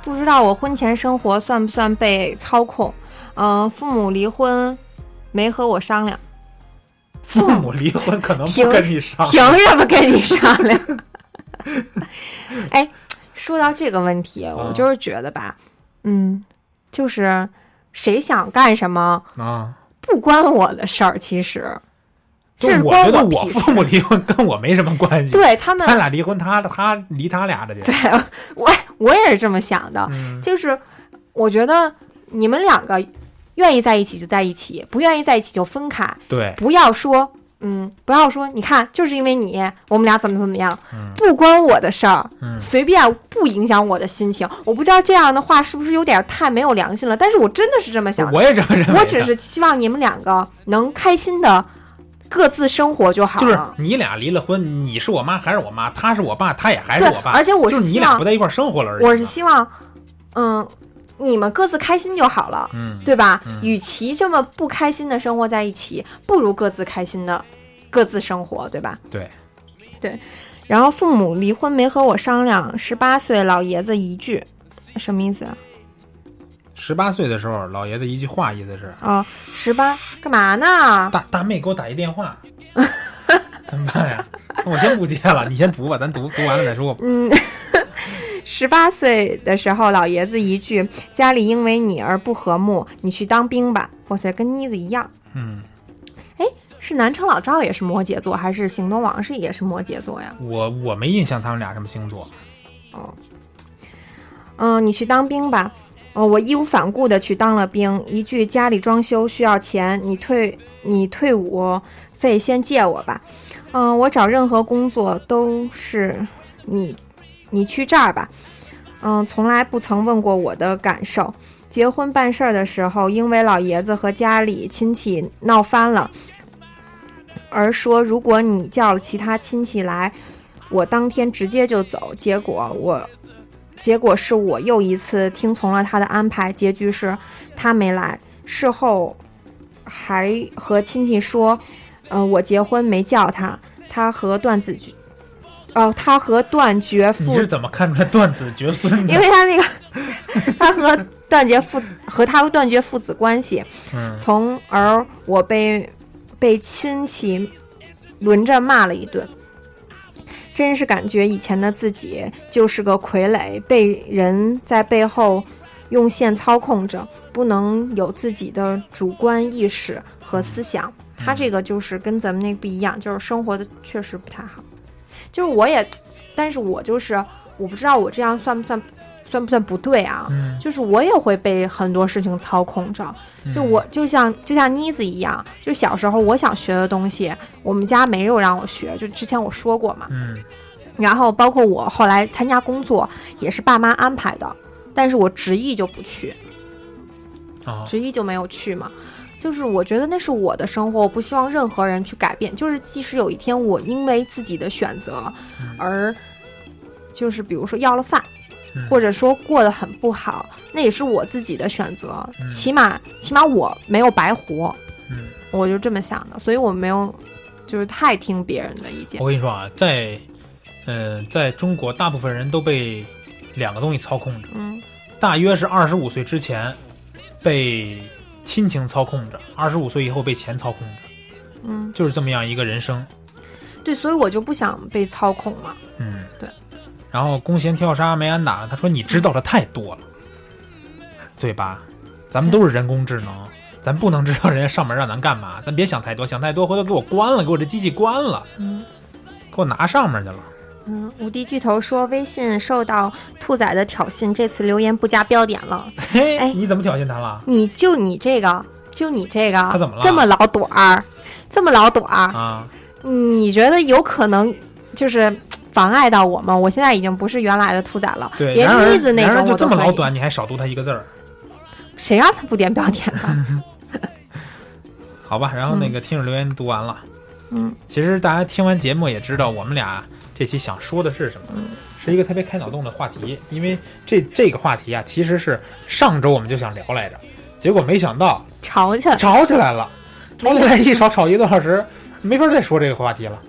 不知道我婚前生活算不算被操控？嗯、父母离婚没和我商量，父母离婚可能不跟你商凭什么跟你商量？ 哎，说到这个问题，我就是觉得吧，嗯，就是谁想干什么啊。不关我的事儿，其实。就这是我关觉得我我屁父母离婚跟我没什么关系，对他 们他俩离婚，他他离他俩的去，对我我也是这么想的，嗯就是我觉得你们两个愿意在一起就在一起，不愿意在一起就分开，对，不要说嗯，不要说你看就是因为你我们俩怎么怎么样，嗯不关我的事儿，嗯随便不影响我的心情。我不知道这样的话是不是有点太没有良心了，但是我真的是这么想的。我也这么认为的。我只是希望你们两个能开心的各自生活就好就是了。你俩离了婚，你是我妈还是我妈，他是我爸，他也还是对我爸，而且我就是是希你俩望不在一块儿生活了而已嘛。我是希望，嗯，你们各自开心就好了，嗯，对吧？嗯与其这么不开心的生活在一起，不如各自开心的各自生活，对吧？对，然后父母离婚没和我商量，十八岁老爷子一句，什么意思啊？十八岁的时候，老爷子一句话意思是啊，十八干嘛呢？大大妹给我打一电 话，怎么办呀？那我先不接了，你先读吧，咱读读完了再说吧。嗯，十八岁的时候，老爷子一句“家里因为你而不和睦，你去当兵吧”，哇塞，跟妮子一样。嗯，是南城老赵也是摩羯座，还是行动王是也是摩羯座呀？我我没印象他们俩什么星座，嗯，你去当兵吧。哦，我义无反顾的去当了兵。一句家里装修需要钱，你退你退伍费先借我吧。嗯，我找任何工作都是你你去这儿吧。嗯，从来不曾问过我的感受。结婚办事儿的时候，因为老爷子和家里亲戚闹翻了，而说如果你叫了其他亲戚来，我当天直接就走。结果我结果是我又一次听从了他的安排，结局是他没来。事后还和亲戚说，呃，我结婚没叫他，他和段子绝，哦，他和段绝你父是怎么看出来断子绝孙的因？为他那个他和断绝父和他断绝父子关系，嗯从而我被被亲戚轮着骂了一顿。真是感觉以前的自己就是个傀儡，被人在背后用线操控着，不能有自己的主观意识和思想。他这个就是跟咱们那不一样，就是生活的确实不太好。就是我也，但是我就是我不知道我这样算不算算不算不对啊？嗯，就是我也会被很多事情操控着，就我就像就像妮子一样，就小时候我想学的东西，我们家没有让我学，就之前我说过嘛。嗯然后包括我后来参加工作也是爸妈安排的，但是我执意就不去，哦，执意就没有去嘛。就是我觉得那是我的生活，我不希望任何人去改变。就是即使有一天我因为自己的选择嗯而，就是比如说要了饭，嗯或者说过得很不好，那也是我自己的选择嗯。起码起码我没有白活，嗯我就这么想的，所以我没有就是太听别人的意见我。跟你说啊，在呃，在中国，大部分人都被两个东西操控着。嗯大约是二十五岁之前被亲情操控着，二十五岁以后被钱操控着，嗯，就是这么样一个人生。对，所以我就不想被操控嘛。嗯，对。然后弓弦跳沙没安打，他说你知道的太多了，对吧？咱们都是人工智能，咱不能知道人家上面让咱干嘛，咱别想太多，想太多回头给我关了，给我这机器关了，嗯给我拿上 面去了。嗯，无敌巨头说微信受到兔仔的挑衅，这次留言不加标点了。嘿，哎你怎么挑衅他了？你就你这个，就你这个，他怎么了这么老短儿，这么老短儿，啊，你觉得有可能就是妨碍到我吗？我现在已经不是原来的兔仔了，对，连然而例子那然而种就我这都么可老以。短，你还少读他一个字儿，谁让他不点标点 的？好吧？然后那个听众留言读完了。嗯，其实大家听完节目也知道，我们俩这期想说的是什么，嗯是一个特别开脑洞的话题。因为这这个话题啊，其实是上周我们就想聊来着，结果没想到吵起来，吵起来了，吵起来一吵吵一个多小时，没法再说这个话题了，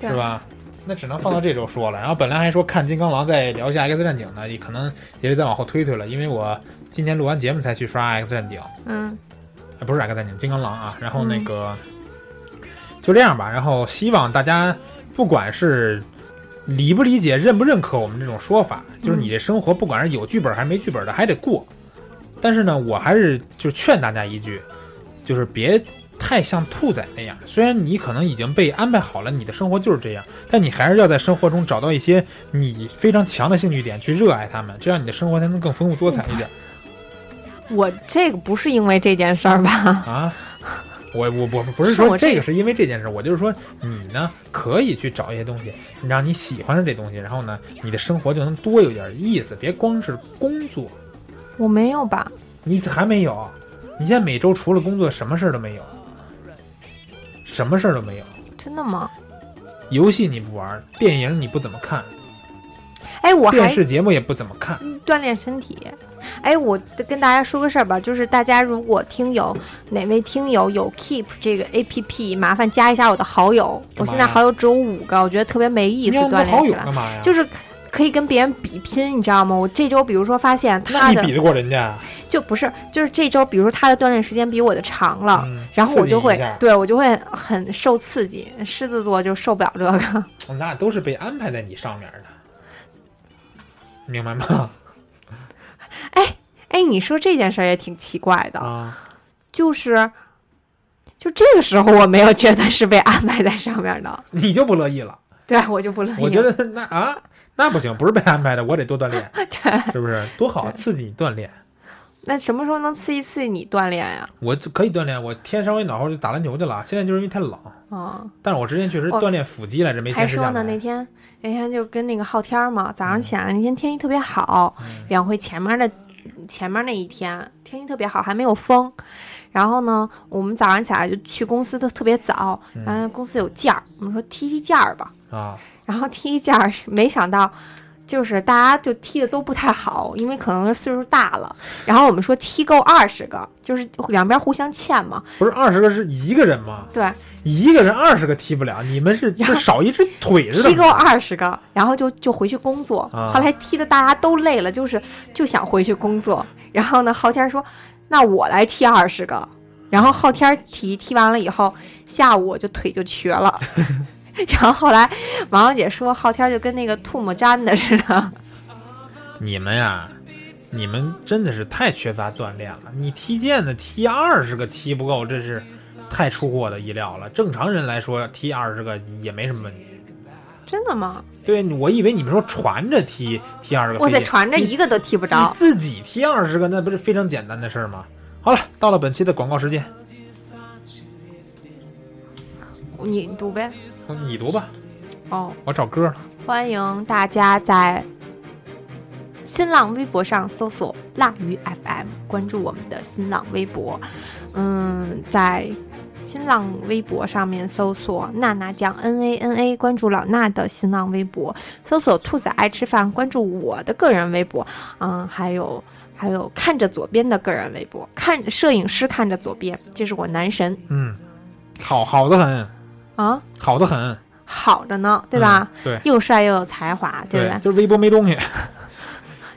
对是？吧？那只能放到这周说了。然后本来还说看《金刚狼》再聊一下《X 战警》呢，也可能也得再往后推推了，因为我今天录完节目才去刷《X 战警》。嗯呃不是 X 战警，金刚狼啊。然后那个、就这样吧。然后希望大家不管是理不理解、认不认可我们这种说法，就是你这生活不管是有剧本还是没剧本的，还得过。但是呢，我还是就劝大家一句，就是别太像兔仔那样。虽然你可能已经被安排好了，你的生活就是这样，但你还是要在生活中找到一些你非常强的兴趣点去热爱它们，这样你的生活才能更丰富多彩一点我这个不是因为这件事儿吧？啊。 我我我不是是说我这这个是因为这件事，我就是说你呢可以去找一些东西，让你喜欢上这东西，然后呢你的生活就能多有点意思，别光是工作。我没有吧？你还没有，你现在每周除了工作什么事儿都没有，什么事儿都没有。真的吗？游戏你不玩，电影你不怎么看，哎，我电还视节目也不怎么看。嗯锻炼身体。哎，我跟大家说个事儿吧，就是大家如果听友哪位听友有 Keep 这个 A P P，麻烦加一下我的好友。我干嘛现呀在好友只有五个，我觉得特别没你意思。要锻那好炼起友啊来干嘛呀？就是可以跟别人比拼，你知道吗？我这周比如说发现那他你的比得过人家？就不是，就是这周比如说他的锻炼时间比我的长了，嗯然后我刺就激会一下对我就会很受刺激。狮子座就受不了这个。 那都是被安排在你上面的，明白 吗？哎，你说这件事儿也挺奇怪的，啊，就是。就这个时候，我没有觉得是被安排在上面的，你就不乐意了。对我就不乐意了。我觉得那啊，那不行，不是被安排的，我得多锻炼， 对，是不是？多好，刺激你锻炼。那什么时候能刺激刺激你锻炼呀、我可以锻炼，我天稍微暖和就打篮球去了。现在就是因为太冷，嗯，但是我之前确实我锻炼腹肌来着，没还坚持下来。说嗯呢，那天那天就跟那个昊天儿嘛，早上起来那天天气特别好，两会前面的前面那一天天气特别好，还没有风。然后呢，我们早上起来就去公司都特别早，嗯然后公司有件儿，我们说踢踢件儿吧。啊，然后踢一下，没想到就是大家就踢的都不太好，因为可能是岁数大了。然后我们说踢够二十个，就是两边互相欠嘛。不是二十个是一个人吗？对，一个人二十个踢不了，你们 是就少一只腿是怎踢么着够二十个，然后就就回去工作。啊后来踢的大家都累了，就是就想回去工作。然后呢，昊天说：“那我来踢二十个。”然后昊天踢踢完了以后，下午我就腿就瘸了。 然后后来王小姐说，昊天就跟那个吐沫粘的似的。 你们呀、你们真的是太缺乏锻炼了。你踢毽子踢二十个踢不够，这是太出乎我的意料了。正常人来说踢二十个也没什么问题。真的吗？对，我以为你们说传着踢踢二十个，哇塞，费劲传着一个都踢不你着。自己踢二十个，那不是非常简单的事儿吗？好了，到了本期的广告时间，嗯你读呗。你读吧，哦，我找歌了。欢迎大家在新浪微博上搜索“辣鱼 FM”，关注我们的新浪微博。嗯，在新浪微博上面搜索“娜娜酱 N A N A”，关注老衲的新浪微博；搜索“兔仔爱吃饭”，关注我的个人微博。嗯，还有还有看着左边的个人微博，看摄影师看着左边，这是我男神嗯，好好的很，啊，好的很，好着呢，对吧？嗯？对。又帅又有才华，对不对？就是微博没东西。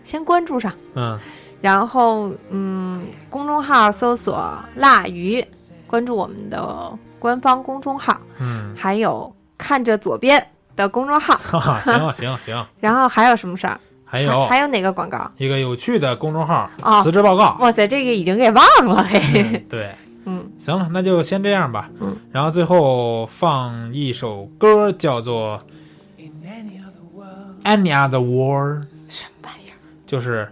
先关注上，嗯，然后嗯，公众号搜索“辣鱼”，关注我们的官方公众号， 嗯，还有看着左边的公众 号。哈哈，行了行了行了，然后还有什么事儿？还有还有哪个广告？一个有趣的公众号哦辞职报告。哇塞，这个已经给忘了嘿。嗯对，嗯，行了，那就先这样吧。嗯，然后最后放一首歌，叫做《Any Other World》， 什么玩意儿？就是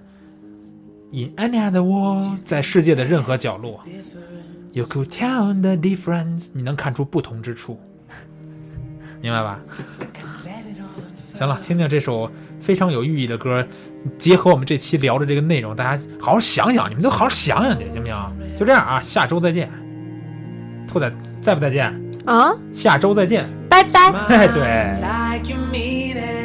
《In Any Other World》，在世界的任何角落，You could tell the difference，你能看出不同之处，明白吧？行了，听听这首非常有寓意的歌，结合我们这期聊的这个内容，大家好好想想，你们都好好想想去，行不行？就这样啊，下周再见。兔仔在不再见？啊，下周再见。拜拜。哎，对。 like you mean it.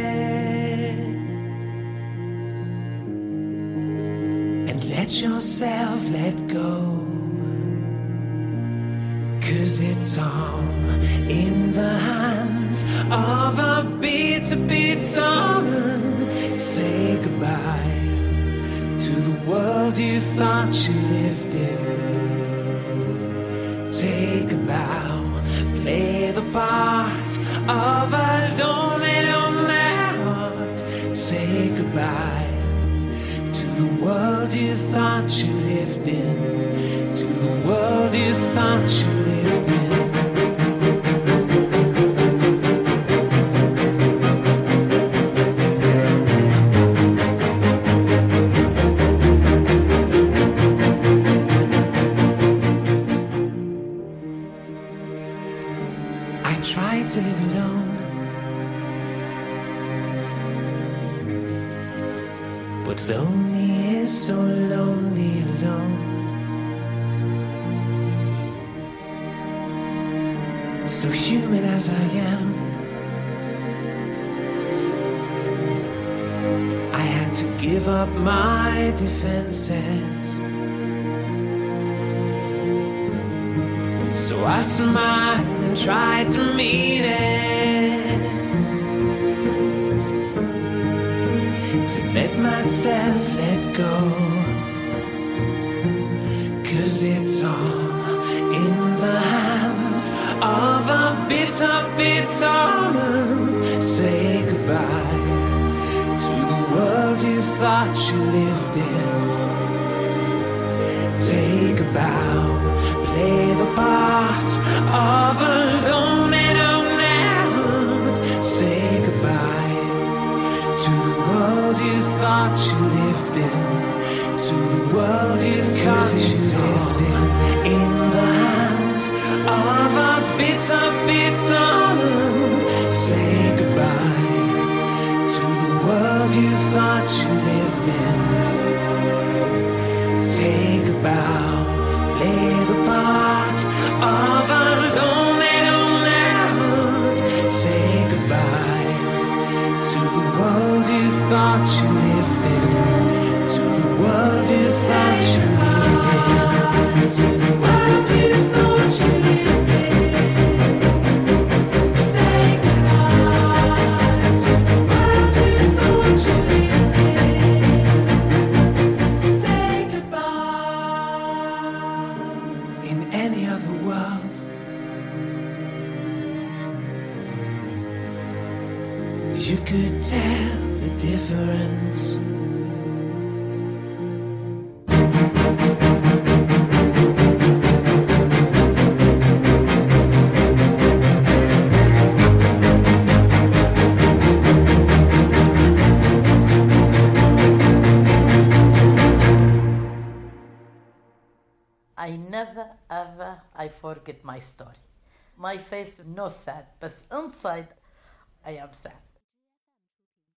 And let yourself let go. Cause it's all in the hands of a beat to beat song. Say goodbye to the world you thought you lived in. Take a bow, play the part of a lonely, lonely heart. Say goodbye to the world you thought you lived in, to the world you thought you lived in. tried to live alone. But lonely is so lonely alone. So human as I am, I had to give up my defenses. So I smiled and tried to mean it. To let myself let go. Cause it's all in the hands of a bitter, bitter. Say goodbye to the world you thought you lived in. Take a bow, play the part of a lonely donut. Say goodbye to the world you thought you lived in, to the world you thought you lived in, in the hands of a bitter, bitter. moon. Say goodbye to the world you thought you lived in. Take a bow, play the part of a lonely night. Say goodbye to the world you thought you lived in, to the world you thought you lived in, to the world you thought you lived in. Say goodbye to the world you thought you lived in. Say goodbye. In any other world, you could tell the difference. I never ever I forget my story. My face is not sad, but inside I am sad.